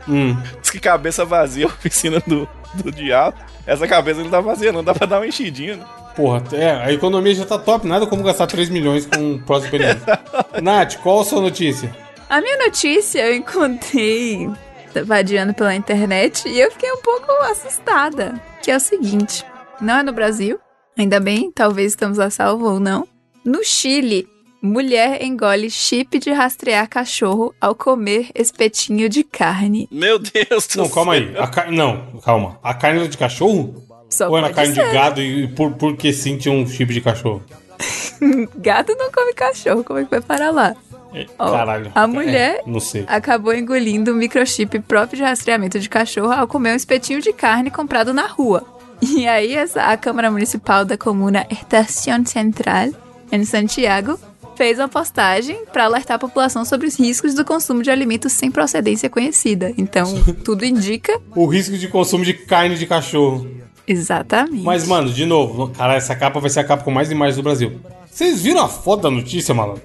[SPEAKER 2] Hum.
[SPEAKER 4] Diz que cabeça vazia é a oficina do, do diabo. Essa cabeça não tá vazia, não. Dá pra dar uma enchidinha, né?
[SPEAKER 2] Porra, é, a economia já tá top, nada como gastar 3 milhões com um próximo período. Nath, qual a sua notícia?
[SPEAKER 3] A minha notícia eu encontrei vadiando pela internet e eu fiquei um pouco assustada. Que é o seguinte: não é no Brasil, ainda bem, talvez estamos a salvo ou não. No Chile, mulher engole chip de rastrear cachorro ao comer espetinho de carne.
[SPEAKER 4] Meu Deus do
[SPEAKER 2] Não, calma aí. A car- Não, calma. A carne era de cachorro?
[SPEAKER 3] Só
[SPEAKER 2] Ou era
[SPEAKER 3] pode
[SPEAKER 2] carne
[SPEAKER 3] ser.
[SPEAKER 2] de gado e e por, porque sim tinha um chip de cachorro?
[SPEAKER 3] Gato não come cachorro, como é que vai parar lá?
[SPEAKER 2] É,
[SPEAKER 3] Ó,
[SPEAKER 2] Caralho.
[SPEAKER 3] a mulher-
[SPEAKER 2] É, não sei.
[SPEAKER 3] acabou engolindo um microchip próprio de rastreamento de cachorro ao comer um espetinho de carne comprado na rua. E aí essa- a Câmara Municipal da comuna Estación Central, em Santiago, fez uma postagem para alertar a população sobre os riscos do consumo de alimentos sem procedência conhecida. Então, tudo indica
[SPEAKER 2] O risco de consumo de carne de cachorro.
[SPEAKER 3] exatamente.
[SPEAKER 2] Mas, mano, de novo, cara, essa capa vai ser a capa com mais imagens do Brasil. Vocês viram a foto da notícia, malandro?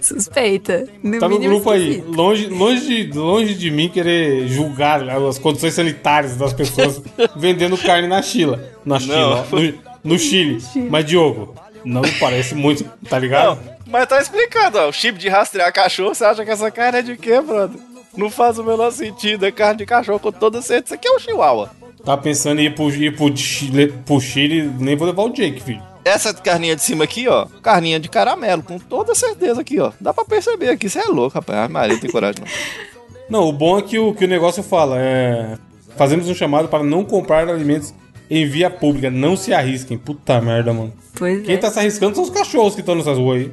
[SPEAKER 3] Suspeita. No
[SPEAKER 2] Tá no
[SPEAKER 3] mínimo
[SPEAKER 2] grupo aí.
[SPEAKER 3] esquisito.
[SPEAKER 2] Longe, longe, de- longe de mim querer julgar as condições sanitárias das pessoas vendendo carne na Chile. Na Chile, ó, no, no Chile. Mas, Diogo, não me parece muito, tá ligado?
[SPEAKER 4] Mas tá explicado, ó. O chip de rastrear cachorro, você acha que essa carne é de quê, brother? Não faz o menor sentido. É carne de cachorro com toda certeza. Isso aqui é um chihuahua.
[SPEAKER 2] Tá pensando em ir pro, ir pro Chile, pro Chile, nem vou levar o Jake, filho.
[SPEAKER 4] Essa carninha de cima aqui, ó. Carninha de caramelo, com toda certeza aqui, ó. Dá pra perceber aqui. Você é louco, rapaz. Ai, Maria, não tem coragem, não.
[SPEAKER 2] Não, o bom é que o, que o negócio fala, é... Fazemos um chamado para não comprar alimentos em via pública. Não se arrisquem. Puta merda, mano.
[SPEAKER 3] Pois
[SPEAKER 2] Quem
[SPEAKER 3] é.
[SPEAKER 2] tá se arriscando são os cachorros que estão nessas ruas aí.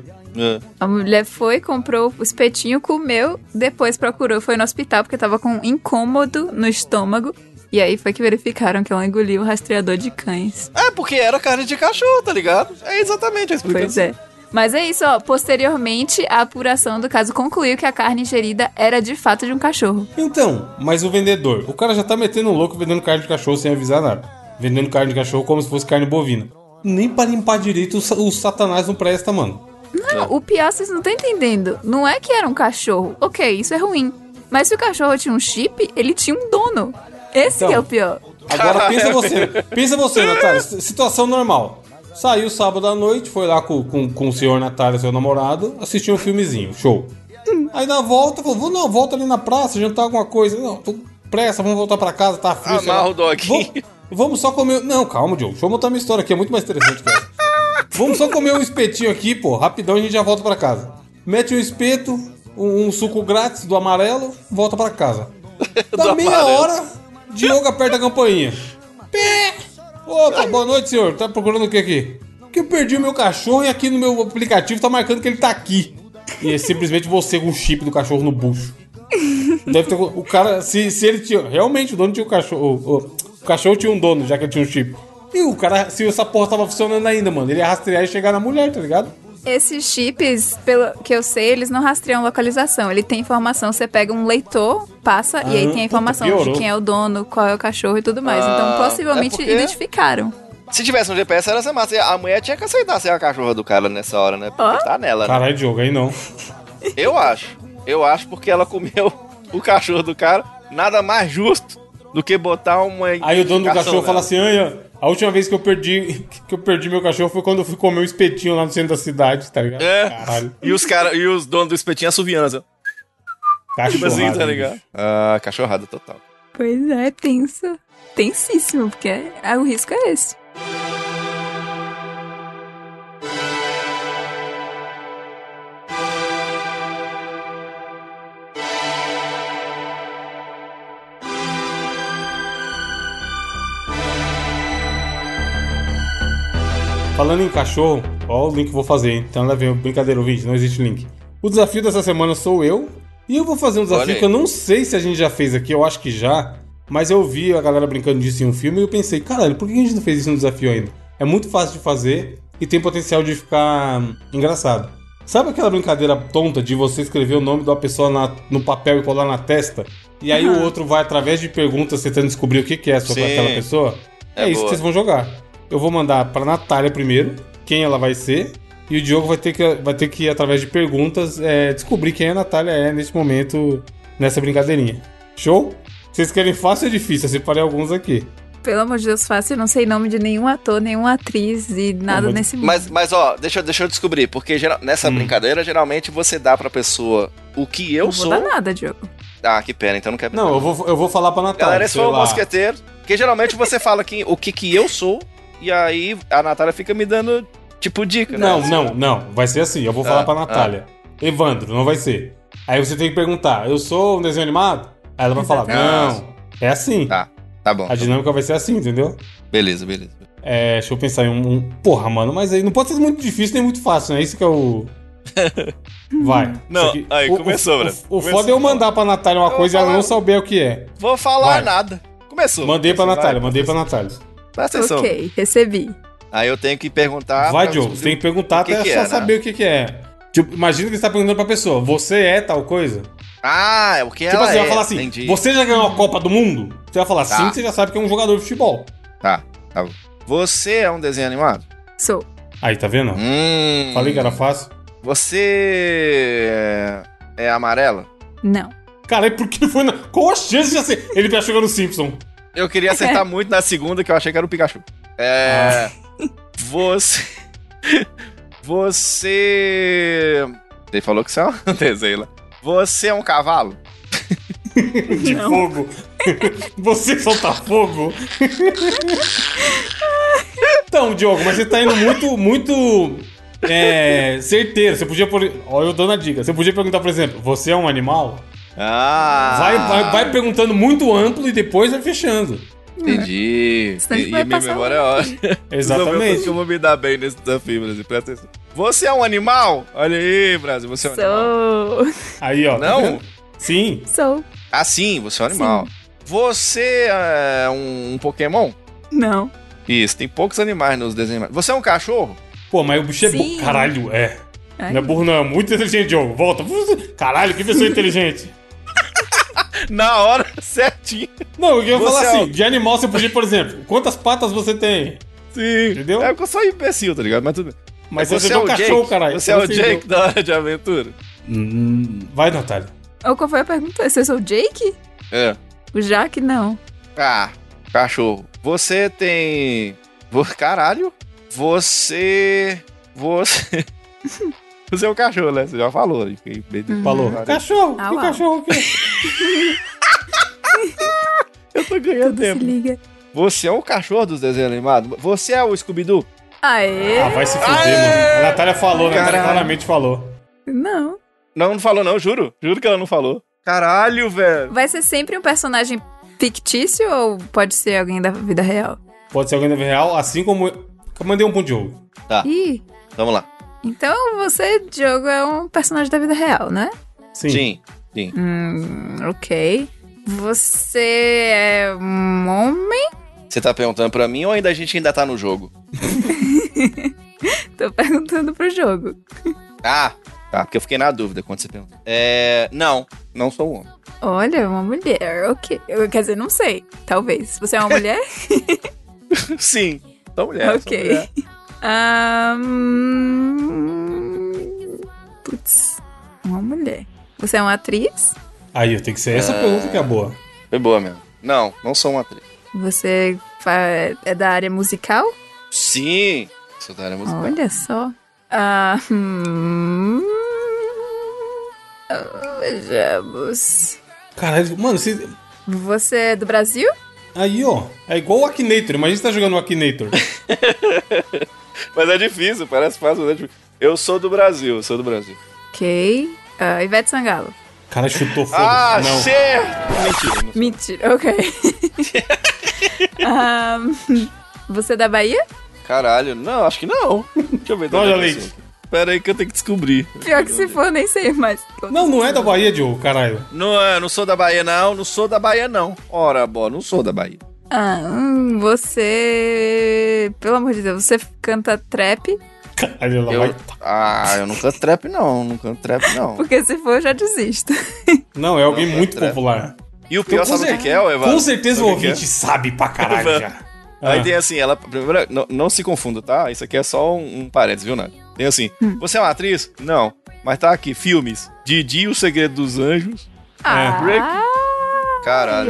[SPEAKER 3] A mulher foi, comprou o espetinho, comeu, depois procurou, foi no hospital porque tava com um incômodo no estômago. E aí foi que verificaram que ela engoliu o rastreador de cães.
[SPEAKER 4] É, porque era carne de cachorro, tá ligado? É exatamente a explicação.
[SPEAKER 3] Pois é. Mas é isso, ó. Posteriormente, a apuração do caso concluiu que a carne ingerida era de fato de um cachorro.
[SPEAKER 2] Então, mas o vendedor, o cara já tá metendo um louco vendendo carne de cachorro sem avisar nada. Vendendo carne de cachorro como se fosse carne bovina. Nem pra limpar direito o, sa- o satanás não presta, mano.
[SPEAKER 3] Não, o pior vocês não estão entendendo. Não é que era um cachorro. Ok, isso é ruim. Mas se o cachorro tinha um chip, ele tinha um dono. Esse que é o pior.
[SPEAKER 2] Agora pensa você, pensa você, Natália, s- situação normal. Saiu sábado à noite, foi lá com, com, com o senhor Natália, seu namorado, assistiu um filmezinho, show. Hum, Aí na volta, falou, vou não, volta ali na praça, jantar alguma coisa. Não, tô com pressa, vamos voltar pra casa, tá frio. sei lá.
[SPEAKER 4] Amarra o dog.
[SPEAKER 2] Vamos, vamos só comer... Não, calma, Diogo, deixa eu montar minha história aqui, é muito mais interessante que essa. Vamos só comer um espetinho aqui, pô, rapidão a gente já volta pra casa. Mete um espeto, um, um suco grátis do amarelo, volta pra casa. Da
[SPEAKER 4] Do
[SPEAKER 2] meia
[SPEAKER 4] amarelo.
[SPEAKER 2] hora, Diogo aperta a campainha. Pé! Opa, boa noite, senhor. Tá procurando o que aqui? Que eu perdi o meu cachorro e aqui no meu aplicativo tá marcando que ele tá aqui. E é simplesmente você com o chip do cachorro no bucho. Deve ter. O cara, se, se ele tinha. Realmente o dono tinha o cachorro. O, o- o cachorro tinha um dono, já que ele tinha um chip. E o cara, se essa porra tava funcionando ainda, mano, ele ia rastrear e chegar na mulher, tá ligado?
[SPEAKER 3] Esses chips, pelo que eu sei, eles não rastreiam localização. Ele tem informação, você pega um leitor, passa
[SPEAKER 2] Ah,
[SPEAKER 3] e aí tem a informação
[SPEAKER 2] puta, piorou.
[SPEAKER 3] de quem é o dono, qual é o cachorro e tudo mais. então
[SPEAKER 4] Ah,
[SPEAKER 3] possivelmente
[SPEAKER 4] é porque-
[SPEAKER 3] identificaram.
[SPEAKER 4] Se tivesse um GPS, era ser massa. E A mulher tinha que aceitar ser a cachorra do cara nessa hora, né? Porque tá nela. Né?
[SPEAKER 2] Caralho, Diogo, aí não.
[SPEAKER 4] Eu acho. Eu acho porque ela comeu o cachorro do cara. Nada mais justo do que botar uma.
[SPEAKER 2] Aí o dono do cachorro
[SPEAKER 4] né?
[SPEAKER 2] fala assim: Anha, a última vez que eu perdi que eu perdi meu cachorro foi quando eu fui comer um espetinho lá no centro da cidade, tá ligado?
[SPEAKER 4] É.
[SPEAKER 2] Caralho.
[SPEAKER 4] E os, cara, e os donos do espetinho assoviando. assim,
[SPEAKER 2] Cachorrada,
[SPEAKER 4] Tipo assim, tá ligado?
[SPEAKER 2] bicho.
[SPEAKER 4] Ah, cachorrada total.
[SPEAKER 3] Pois é, tenso. Tensíssimo, porque ah, o risco é esse.
[SPEAKER 2] Falando em cachorro, ó o link que eu vou fazer, hein? Então levei um brincadeira ouvinte, não existe link. O desafio dessa semana sou eu. E eu vou fazer um
[SPEAKER 4] Olha
[SPEAKER 2] desafio
[SPEAKER 4] aí.
[SPEAKER 2] que eu não sei se a gente já fez aqui, eu acho que já. Mas eu vi a galera brincando disso em um filme e eu pensei, caralho, por que a gente não fez isso no desafio ainda? É muito fácil de fazer e tem potencial de ficar hum, engraçado. Sabe aquela brincadeira tonta de você escrever o nome de uma pessoa na- no papel e colar na testa? E aí o
[SPEAKER 4] Aham.
[SPEAKER 2] outro vai através de perguntas tentando descobrir o que que é sobre
[SPEAKER 4] Sim.
[SPEAKER 2] aquela pessoa? É,
[SPEAKER 4] É
[SPEAKER 2] isso
[SPEAKER 4] boa.
[SPEAKER 2] que vocês vão jogar. Eu vou mandar pra Natália primeiro, quem ela vai ser, e o Diogo vai ter que, vai ter que através de perguntas, é, descobrir quem a Natália é nesse momento, nessa brincadeirinha. Show? Vocês querem fácil ou difícil? Eu separei alguns aqui.
[SPEAKER 3] Pelo amor de Deus, fácil, eu não sei nome de nenhum ator, nenhuma atriz e nada nesse mundo.
[SPEAKER 4] Uhum. Mas, mas ó, deixa, eu- deixa eu descobrir, porque geral- nessa
[SPEAKER 2] Hum.
[SPEAKER 4] brincadeira, geralmente você dá pra pessoa o que eu
[SPEAKER 3] não
[SPEAKER 4] sou.
[SPEAKER 3] vou dar nada, Diogo.
[SPEAKER 4] Ah, que pena, então não quer
[SPEAKER 2] Não, eu vou, eu vou falar pra Natália.
[SPEAKER 4] Galera, é esse
[SPEAKER 2] sei
[SPEAKER 4] foi o
[SPEAKER 2] lá.
[SPEAKER 4] mosqueteiro. Porque geralmente você fala que, o que, que eu sou, e aí a Natália fica me dando, tipo, dica. né?
[SPEAKER 2] Não, não, não. Vai ser assim. Eu vou falar
[SPEAKER 4] Ah,
[SPEAKER 2] pra Natália. Evandro, não vai ser. Aí você tem que perguntar: eu sou um desenho animado? Aí ela vai falar:
[SPEAKER 4] Exatamente.
[SPEAKER 2] não. É assim.
[SPEAKER 4] Tá, tá bom.
[SPEAKER 2] A dinâmica vai ser assim, entendeu?
[SPEAKER 4] Beleza, beleza.
[SPEAKER 2] É, deixa eu pensar em um, um- Porra, mano, mas aí não pode ser muito difícil nem muito fácil, né? Isso que é o. Vai.
[SPEAKER 4] Não,
[SPEAKER 2] Isso aqui-
[SPEAKER 4] aí, começou,
[SPEAKER 2] o,
[SPEAKER 4] velho.
[SPEAKER 2] O, o
[SPEAKER 4] Começou.
[SPEAKER 2] foda é eu mandar pra Natália uma coisa e ela não saber o que é.
[SPEAKER 4] Vou falar
[SPEAKER 2] Vai.
[SPEAKER 4] nada. Começou.
[SPEAKER 2] Mandei pra
[SPEAKER 4] Começou,
[SPEAKER 2] Natália,
[SPEAKER 4] vai.
[SPEAKER 2] mandei pra Natália.
[SPEAKER 4] Presta atenção.
[SPEAKER 3] Ok, recebi.
[SPEAKER 4] Aí eu tenho que perguntar.
[SPEAKER 2] Vai, Diogo,
[SPEAKER 4] pra descobrir
[SPEAKER 2] você tem que perguntar
[SPEAKER 4] Ah, o que
[SPEAKER 2] até
[SPEAKER 4] que
[SPEAKER 2] só
[SPEAKER 4] é, né?
[SPEAKER 2] saber o que, que é. Tipo, imagina que você tá perguntando pra pessoa, você é tal coisa?
[SPEAKER 4] Ah, é o que
[SPEAKER 2] Tipo
[SPEAKER 4] ela
[SPEAKER 2] assim,
[SPEAKER 4] é.
[SPEAKER 2] vai falar assim,
[SPEAKER 4] entendi. Uhum.
[SPEAKER 2] você já ganhou a Copa do Mundo? Você vai falar
[SPEAKER 4] Tá.
[SPEAKER 2] sim, você já sabe que é um jogador de futebol.
[SPEAKER 4] Tá, tá bom. Você é um desenho animado?
[SPEAKER 3] Sou.
[SPEAKER 2] Aí, tá vendo?
[SPEAKER 4] Hum.
[SPEAKER 2] Falei que era fácil.
[SPEAKER 4] Você é- é amarela?
[SPEAKER 3] Não.
[SPEAKER 2] Cara, e por que foi na... Qual a chance de ser? Ele tá jogando Simpson.
[SPEAKER 4] Eu queria acertar muito na segunda, que eu achei que era o Pikachu.
[SPEAKER 2] Ah.
[SPEAKER 4] É. Você. Você. Ele falou que você é um desenho lá. Você é um cavalo?
[SPEAKER 2] De fogo. Você solta fogo. então, Diogo, mas você tá indo muito, muito é, certeiro. Você podia, por... ó, eu dando a dica. Você podia perguntar, por exemplo, você é um animal?
[SPEAKER 4] Ah.
[SPEAKER 2] Vai, vai, vai perguntando muito amplo e depois vai fechando.
[SPEAKER 4] Entendi.
[SPEAKER 2] Senão a gente
[SPEAKER 4] E, e
[SPEAKER 2] vai
[SPEAKER 4] a minha
[SPEAKER 2] passar
[SPEAKER 4] memória é ótima.
[SPEAKER 2] Exatamente.
[SPEAKER 4] Eu vou me dar bem nesse desafio, Brasil. Presta atenção. Você é um animal? Olha aí, Brasil. Você é um animal.
[SPEAKER 3] Sou.
[SPEAKER 2] Aí, ó. tá
[SPEAKER 4] Não?
[SPEAKER 2] Sim.
[SPEAKER 3] Sou.
[SPEAKER 4] Ah, sim, você é um animal. Você é um, um Pokémon?
[SPEAKER 3] Não.
[SPEAKER 4] Isso, tem poucos animais nos desenhos. Você é um cachorro?
[SPEAKER 2] Pô, mas o bicho é burro. Caralho, é.
[SPEAKER 3] Ai.
[SPEAKER 2] Não é burro, não. É muito inteligente, Diogo. Volta. Caralho, que pessoa inteligente.
[SPEAKER 4] Na hora certinho.
[SPEAKER 2] Não, eu ia
[SPEAKER 4] Você
[SPEAKER 2] falar
[SPEAKER 4] é
[SPEAKER 2] assim:
[SPEAKER 4] um-
[SPEAKER 2] de animal você podia, por exemplo, quantas patas você tem?
[SPEAKER 4] Sim.
[SPEAKER 2] Entendeu?
[SPEAKER 4] É porque eu sou imbecil, tá ligado? Mas tudo bem.
[SPEAKER 2] Mas você é um cachorro, caralho.
[SPEAKER 4] Você é o
[SPEAKER 2] Você é
[SPEAKER 4] Jake da hora de aventura?
[SPEAKER 2] Vai, Natália.
[SPEAKER 3] Ou qual foi a pergunta? Se eu sou o Jake?
[SPEAKER 4] É.
[SPEAKER 3] O Jack, não.
[SPEAKER 4] Ah, cachorro. Você tem. Vo- Caralho. Você. Você. Você é um cachorro, né? Você já falou. enfim, bem-
[SPEAKER 2] Falou. Hum. Cachorro,
[SPEAKER 3] Ah,
[SPEAKER 2] que
[SPEAKER 3] uau.
[SPEAKER 2] cachorro que é?
[SPEAKER 4] Eu tô ganhando tempo.
[SPEAKER 3] liga.
[SPEAKER 4] Você é o cachorro dos desenhos animados? Você é o Scooby-Doo?
[SPEAKER 3] Aê!
[SPEAKER 2] Ah, vai se fuder, mano. A Natália falou, né? A Natália
[SPEAKER 4] Caralho.
[SPEAKER 2] claramente falou.
[SPEAKER 3] Não.
[SPEAKER 4] Não, não falou, não, juro. Juro que ela não falou. Caralho, velho.
[SPEAKER 3] Vai ser sempre um personagem fictício ou pode ser alguém da vida real?
[SPEAKER 2] Pode ser alguém da vida real, assim como. eu- Eu mandei um pro Diogo.
[SPEAKER 4] Tá,
[SPEAKER 3] Ih,
[SPEAKER 4] vamos lá.
[SPEAKER 3] então você, Diogo, é um personagem da vida real, né?
[SPEAKER 2] Sim.
[SPEAKER 4] Sim.
[SPEAKER 3] Hum, ok. Você é um homem?
[SPEAKER 4] Você tá perguntando pra mim ou ainda a gente ainda tá no jogo?
[SPEAKER 3] Tô perguntando pro jogo.
[SPEAKER 4] Ah, tá, porque eu fiquei na dúvida quando você perguntou. É. Não, não sou um homem.
[SPEAKER 3] Olha, uma mulher, ok. Eu, quer dizer, não sei. Talvez. Você é uma mulher?
[SPEAKER 4] Sim, sou mulher. É, sou
[SPEAKER 3] ok.
[SPEAKER 4] mulher.
[SPEAKER 3] Ahn, Putz, uma mulher. Você é uma atriz?
[SPEAKER 2] Aí, tem que ser essa
[SPEAKER 4] Ah.
[SPEAKER 2] pergunta que é boa.
[SPEAKER 4] Foi boa mesmo. Não, não sou uma atriz.
[SPEAKER 3] Você fa- é da área musical?
[SPEAKER 4] Sim, sou da área musical.
[SPEAKER 3] Olha só. Ah, hum... Ah, Vejamos.
[SPEAKER 2] Caralho, mano, você.
[SPEAKER 3] Você é do Brasil?
[SPEAKER 2] Aí, ó. É igual o Akinator. Imagina você tá jogando o Akinator.
[SPEAKER 4] Mas é difícil, parece fácil, mas é difícil. Eu sou do Brasil, eu sou do Brasil.
[SPEAKER 3] Ok. Ah, Ivete Sangalo.
[SPEAKER 2] Cara, chutou foda.
[SPEAKER 4] Ah,
[SPEAKER 2] não.
[SPEAKER 4] certo! Mentira, não.
[SPEAKER 3] Mentira, ok. Ah, você é da Bahia?
[SPEAKER 4] Caralho, não, acho que não. Deixa eu ver.
[SPEAKER 2] Olha,
[SPEAKER 4] tá
[SPEAKER 2] Leite.
[SPEAKER 4] acontecendo. Pera aí que eu tenho que descobrir.
[SPEAKER 3] Pior que se for, nem sei mais.
[SPEAKER 2] Não, não é da Bahia, Diogo, caralho.
[SPEAKER 4] Não, eu não sou da Bahia, não. Não sou da Bahia, não. Ora, bó, não sou da Bahia.
[SPEAKER 3] Ah, hum, você. Pelo amor de Deus, você canta trap?
[SPEAKER 2] Caralho, ela
[SPEAKER 4] Eu-
[SPEAKER 2] vai.
[SPEAKER 4] Ah, eu não canto trap, não. Não canto trap, não.
[SPEAKER 3] Porque se for, eu já desisto.
[SPEAKER 2] Não, é alguém
[SPEAKER 4] Não,
[SPEAKER 2] muito
[SPEAKER 4] é-
[SPEAKER 2] popular.
[SPEAKER 4] E o pior,
[SPEAKER 2] Então, com
[SPEAKER 4] sabe o
[SPEAKER 2] cer-
[SPEAKER 4] que que é, ô, Evandro?
[SPEAKER 2] Com certeza o
[SPEAKER 4] Sabe que
[SPEAKER 2] ouvinte sabe pra caralho já.
[SPEAKER 4] é? Aí
[SPEAKER 2] Ah.
[SPEAKER 4] tem assim, ela. Primeiro, não, não se confunda, tá? Isso aqui é só um, um parênteses, viu, Nath? Tem assim,
[SPEAKER 2] Hum.
[SPEAKER 4] você é uma atriz? Não. Mas tá aqui, filmes. Didi e o Segredo dos Anjos.
[SPEAKER 3] Ah, eu
[SPEAKER 4] Caralho.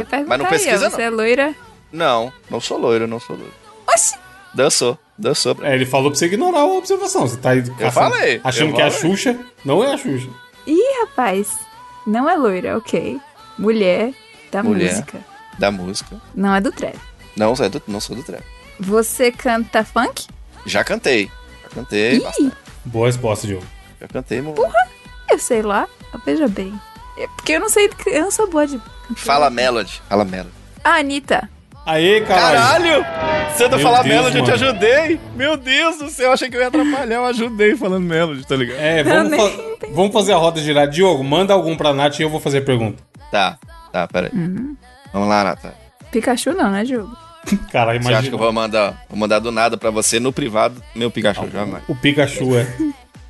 [SPEAKER 3] Ah, ia perguntar
[SPEAKER 4] Mas não pesquisa,
[SPEAKER 3] aí, ó,
[SPEAKER 4] não.
[SPEAKER 3] Você é loira?
[SPEAKER 4] Não, não sou loiro, não sou loiro.
[SPEAKER 3] Oxi!
[SPEAKER 4] Dançou, dançou. pra-
[SPEAKER 2] É, ele falou pra você ignorar a observação. Você tá aí caçando-
[SPEAKER 4] falei,
[SPEAKER 2] achando
[SPEAKER 4] eu
[SPEAKER 2] que é a
[SPEAKER 4] falei.
[SPEAKER 2] Xuxa. Não é a Xuxa.
[SPEAKER 3] Ih, rapaz, não é loira, ok. Mulher da
[SPEAKER 4] Mulher.
[SPEAKER 3] música.
[SPEAKER 4] Da música.
[SPEAKER 3] Não é do trap.
[SPEAKER 4] Não, sou do, não sou do trap.
[SPEAKER 3] Você canta funk?
[SPEAKER 4] Já cantei. Já cantei.
[SPEAKER 3] Ih,
[SPEAKER 4] bastante.
[SPEAKER 2] Boa resposta, Diogo.
[SPEAKER 4] Já cantei, mo-
[SPEAKER 3] eu sei lá. Ah, Veja bem. É porque eu não sei, eu não sou boa de.
[SPEAKER 4] Fala Melody. Fala Melody.
[SPEAKER 3] Ah, Anitta.
[SPEAKER 2] Aê, caralho.
[SPEAKER 4] Caralho! Você não
[SPEAKER 2] Meu
[SPEAKER 4] falar
[SPEAKER 2] Deus,
[SPEAKER 4] Melody, eu te
[SPEAKER 2] mano.
[SPEAKER 4] ajudei! Meu Deus do céu, eu achei que eu ia atrapalhar, eu ajudei falando Melody, tá ligado?
[SPEAKER 2] É, vamos, fa- vamos fazer a roda girar. Diogo, manda algum pra Nath e eu vou fazer a pergunta.
[SPEAKER 4] Tá, tá, peraí.
[SPEAKER 3] Uhum.
[SPEAKER 4] Vamos lá, Nata.
[SPEAKER 3] Pikachu não, né, Diogo?
[SPEAKER 2] Caralho,
[SPEAKER 4] Você acha que eu
[SPEAKER 2] imagina.
[SPEAKER 4] vou mandar, vou mandar do nada pra você no privado, meu Pikachu, jamais.
[SPEAKER 2] O Pikachu é.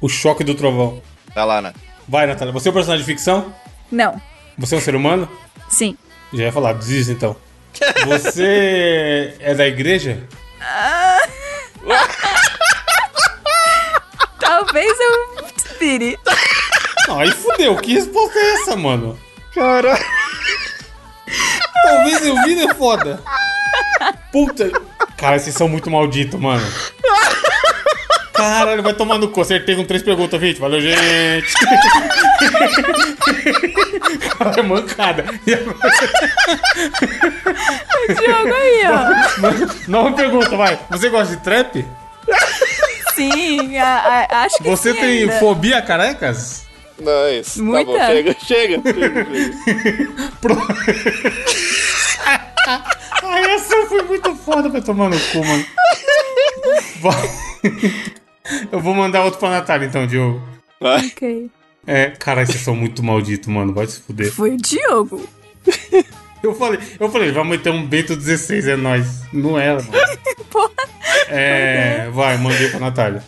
[SPEAKER 2] O choque do trovão.
[SPEAKER 4] Tá lá, Nata.
[SPEAKER 2] Vai, Natália. Você é um personagem de ficção?
[SPEAKER 3] Não.
[SPEAKER 2] Você é um ser humano?
[SPEAKER 3] Sim.
[SPEAKER 2] Já ia falar, desiste então. Você é da igreja?
[SPEAKER 3] Talvez eu inspire.
[SPEAKER 2] Não, aí fudeu. Que resposta é essa, mano?
[SPEAKER 4] Caralho.
[SPEAKER 2] Talvez eu vi, é foda. Puta. Cara, vocês são muito malditos, mano. Caralho, vai tomar no cu. Acertei com três perguntas, gente. Valeu, gente. Caralho, é mancada.
[SPEAKER 3] Diogo aí, ó.
[SPEAKER 2] Nova pergunta, vai. Você gosta de trap?
[SPEAKER 3] Sim, a- a- acho que
[SPEAKER 2] Você
[SPEAKER 3] sim
[SPEAKER 2] tem
[SPEAKER 3] ainda.
[SPEAKER 2] fobia a carecas?
[SPEAKER 4] Não, é isso.
[SPEAKER 3] Muita.
[SPEAKER 4] Tá bom, chega, chega, chega, chega.
[SPEAKER 2] Ah, essa foi muito foda pra tomar no cu, mano. Vai. Eu vou mandar outro pra Natália, então, Diogo.
[SPEAKER 4] Vai.
[SPEAKER 3] Ok.
[SPEAKER 2] É, caralho, vocês são muito malditos, mano. Vai se fuder.
[SPEAKER 3] Foi o Diogo.
[SPEAKER 2] Eu falei, eu falei, vai meter um Bento 16, é nóis. Não era, mano.
[SPEAKER 3] Porra.
[SPEAKER 2] É, vai, mandei pra Natália.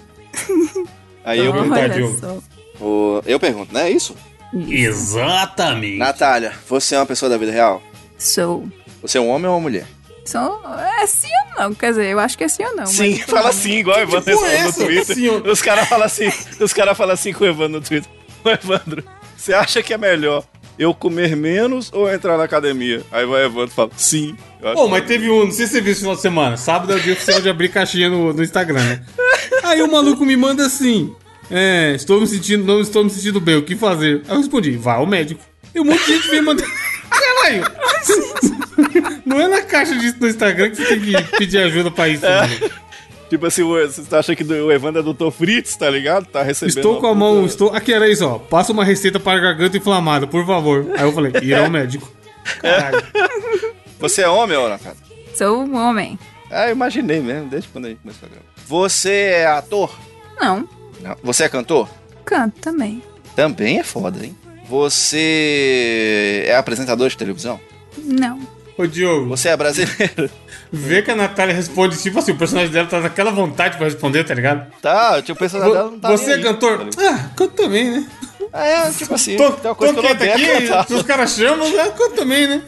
[SPEAKER 4] Aí
[SPEAKER 3] Tá
[SPEAKER 4] eu
[SPEAKER 2] Olha
[SPEAKER 4] pergunto.
[SPEAKER 2] só.
[SPEAKER 4] O- Eu pergunto, não é isso?
[SPEAKER 2] Exatamente.
[SPEAKER 4] Natália, você é uma pessoa da vida real?
[SPEAKER 3] Sou.
[SPEAKER 4] Você é um homem ou uma mulher?
[SPEAKER 3] Sou. É sim ou não? Quer dizer, eu acho que é sim ou não.
[SPEAKER 4] Sim,
[SPEAKER 3] mas-
[SPEAKER 4] fala assim, igual o Evandro
[SPEAKER 3] porra é
[SPEAKER 4] respondeu no
[SPEAKER 3] essa?
[SPEAKER 4] Twitter.
[SPEAKER 3] Sim ou-
[SPEAKER 4] Os caras falam assim, os caras falam assim com o Evandro no Twitter. Ô Evandro, você acha que é melhor eu comer menos ou entrar na academia? Aí vai o Evandro e fala, sim. Eu acho
[SPEAKER 2] Pô, mas teve um, não sei se você viu esse final de semana. Sábado é o dia oficial de abrir caixinha no, no Instagram, né? Aí o maluco me manda assim: É, estou me sentindo, não estou me sentindo bem, o que fazer? Aí eu respondi: vá ao médico. E um monte de gente veio mandar. Caralho! Não é na caixa disso no Instagram que você tem que pedir ajuda pra isso, né?
[SPEAKER 4] É.
[SPEAKER 2] mano.
[SPEAKER 4] Tipo assim, você tá achando que o Evandro é Dr. Fritz, tá ligado? Tá recebendo.
[SPEAKER 2] Estou com a mão, estou. Aqui era isso, ó. Passa uma receita para garganta inflamada, por favor. Aí eu falei, ir ao médico. Caralho.
[SPEAKER 4] Você é homem ou Natália?
[SPEAKER 3] Sou um homem.
[SPEAKER 4] Ah, eu imaginei mesmo, desde quando a gente começou a gravar. Você é ator?
[SPEAKER 3] Não.
[SPEAKER 4] Não. Você é cantor?
[SPEAKER 3] Canto também.
[SPEAKER 4] Também é foda, hein? Você é apresentador de televisão?
[SPEAKER 3] Não.
[SPEAKER 2] Ô, Diogo.
[SPEAKER 4] Você é brasileiro?
[SPEAKER 2] Vê que a Natália responde, tipo assim, o personagem dela tá naquela vontade pra responder, tá ligado?
[SPEAKER 4] Tá, tipo, o personagem dela não tá
[SPEAKER 2] Você
[SPEAKER 4] nem
[SPEAKER 2] é
[SPEAKER 4] aí,
[SPEAKER 2] cantor? ah, canto também, né?
[SPEAKER 4] É, tipo assim.
[SPEAKER 2] Tô,
[SPEAKER 4] tem
[SPEAKER 2] tô
[SPEAKER 4] uma coisa que eu
[SPEAKER 2] quieto
[SPEAKER 4] odeio
[SPEAKER 2] aqui,
[SPEAKER 4] cantar.
[SPEAKER 2] os caras chamam, né? canto também, né?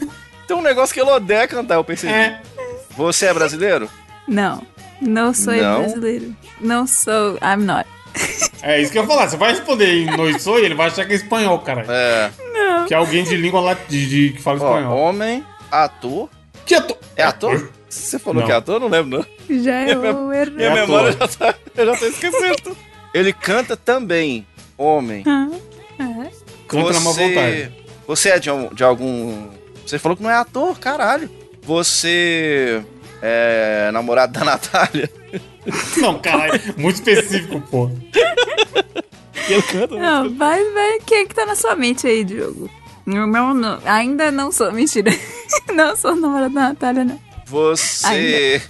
[SPEAKER 4] Tem um negócio que ele odeia cantar, eu pensei.
[SPEAKER 2] É.
[SPEAKER 4] Você é brasileiro?
[SPEAKER 3] Não. Não sou
[SPEAKER 4] Não?
[SPEAKER 3] brasileiro. Não sou. I'm not.
[SPEAKER 2] É isso que eu ia falar, você vai responder em noite sou, ele vai achar que é espanhol, cara.
[SPEAKER 4] É.
[SPEAKER 3] Não.
[SPEAKER 2] Que é alguém de língua latina que fala espanhol.
[SPEAKER 4] Homem, ator.
[SPEAKER 2] Que ator?
[SPEAKER 4] É ator? Você falou
[SPEAKER 2] Não. É
[SPEAKER 4] que é ator? Eu não lembro, não.
[SPEAKER 3] Já é um
[SPEAKER 4] Minha mem-
[SPEAKER 3] eu errei.
[SPEAKER 4] Minha memória já tá, eu já tô esquecendo. Ele canta também, homem.
[SPEAKER 3] Ah, é.
[SPEAKER 2] Canta na má vontade.
[SPEAKER 4] Você é de, um- de algum. Você falou que não é ator, caralho. Você é namorado da Natália?
[SPEAKER 2] Não, caralho, muito específico, pô.
[SPEAKER 4] Ele canta?
[SPEAKER 3] Não, vai, vai. Quem é que tá na sua mente aí, Diogo? Não, não, não. ainda não sou. Mentira. Não sou namorada da Natália, não.
[SPEAKER 4] Você.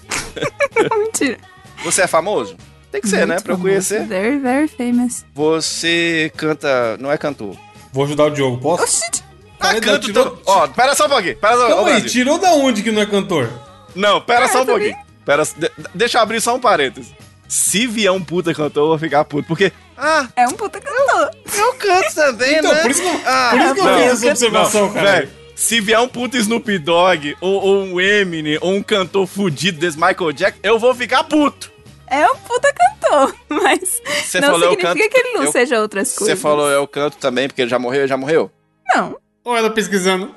[SPEAKER 3] Mentira.
[SPEAKER 4] Você é famoso? Tem que ser, né?
[SPEAKER 3] Muito
[SPEAKER 4] Pra eu
[SPEAKER 3] famoso.
[SPEAKER 4] conhecer.
[SPEAKER 3] Very, very famous.
[SPEAKER 4] Você canta. Não é cantor.
[SPEAKER 2] Vou ajudar o Diogo, posso?
[SPEAKER 3] Oxi!
[SPEAKER 2] Tá,
[SPEAKER 4] Ah, canto também. Ó, pera só um pouquinho. Pera só, ô,
[SPEAKER 2] Calma aí,
[SPEAKER 4] Brasil.
[SPEAKER 2] tirou da onde que não é cantor?
[SPEAKER 4] Não,
[SPEAKER 3] É,
[SPEAKER 4] pera só um pouquinho. Pera, de- deixa eu abrir só um parênteses. Se vier um puta cantor, eu vou ficar puto. Porque. Ah,
[SPEAKER 3] É um puta cantor.
[SPEAKER 4] Eu canto também,
[SPEAKER 2] Então,
[SPEAKER 4] né?
[SPEAKER 2] por isso que eu- por
[SPEAKER 3] Ah,
[SPEAKER 2] isso que eu
[SPEAKER 4] não,
[SPEAKER 2] fiz essa
[SPEAKER 4] canto-
[SPEAKER 2] observação,
[SPEAKER 4] não,
[SPEAKER 2] cara.
[SPEAKER 4] velho, se vier um puta Snoop Dogg, ou, ou um Eminem, ou um cantor fudido desse Michael Jackson, eu vou ficar puto.
[SPEAKER 3] É um puta cantor, mas
[SPEAKER 4] Você
[SPEAKER 3] não
[SPEAKER 4] falou, eu
[SPEAKER 3] significa
[SPEAKER 4] canto-
[SPEAKER 3] que ele não
[SPEAKER 4] eu-
[SPEAKER 3] seja outras
[SPEAKER 4] Você
[SPEAKER 3] coisas.
[SPEAKER 4] falou, eu canto também, porque ele já morreu, ele já morreu.
[SPEAKER 3] Não.
[SPEAKER 2] Ou ela tá pesquisando?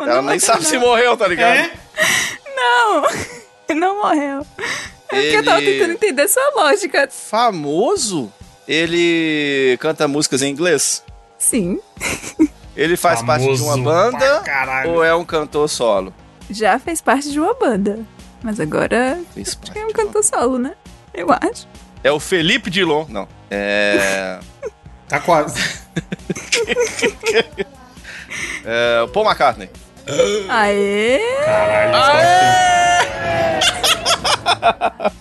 [SPEAKER 4] Ela nem sabe se morreu, tá ligado?
[SPEAKER 2] É?
[SPEAKER 3] Não, não morreu. É porque eu tava
[SPEAKER 4] Ele-
[SPEAKER 3] tentando entender sua lógica.
[SPEAKER 4] Famoso? Ele canta músicas em inglês?
[SPEAKER 3] Sim,
[SPEAKER 4] Ele faz parte de uma
[SPEAKER 2] Famoso pra
[SPEAKER 4] banda
[SPEAKER 2] caralho.
[SPEAKER 4] ou é um cantor solo?
[SPEAKER 3] já fez parte de uma banda. Mas agora
[SPEAKER 4] Fez parte
[SPEAKER 3] é um cantor solo, né? Eu acho.
[SPEAKER 4] É o Felipe Dilon. Não. É.
[SPEAKER 2] Tá quase.
[SPEAKER 4] é o Paul McCartney.
[SPEAKER 3] Aê!
[SPEAKER 2] Caralho,
[SPEAKER 4] tá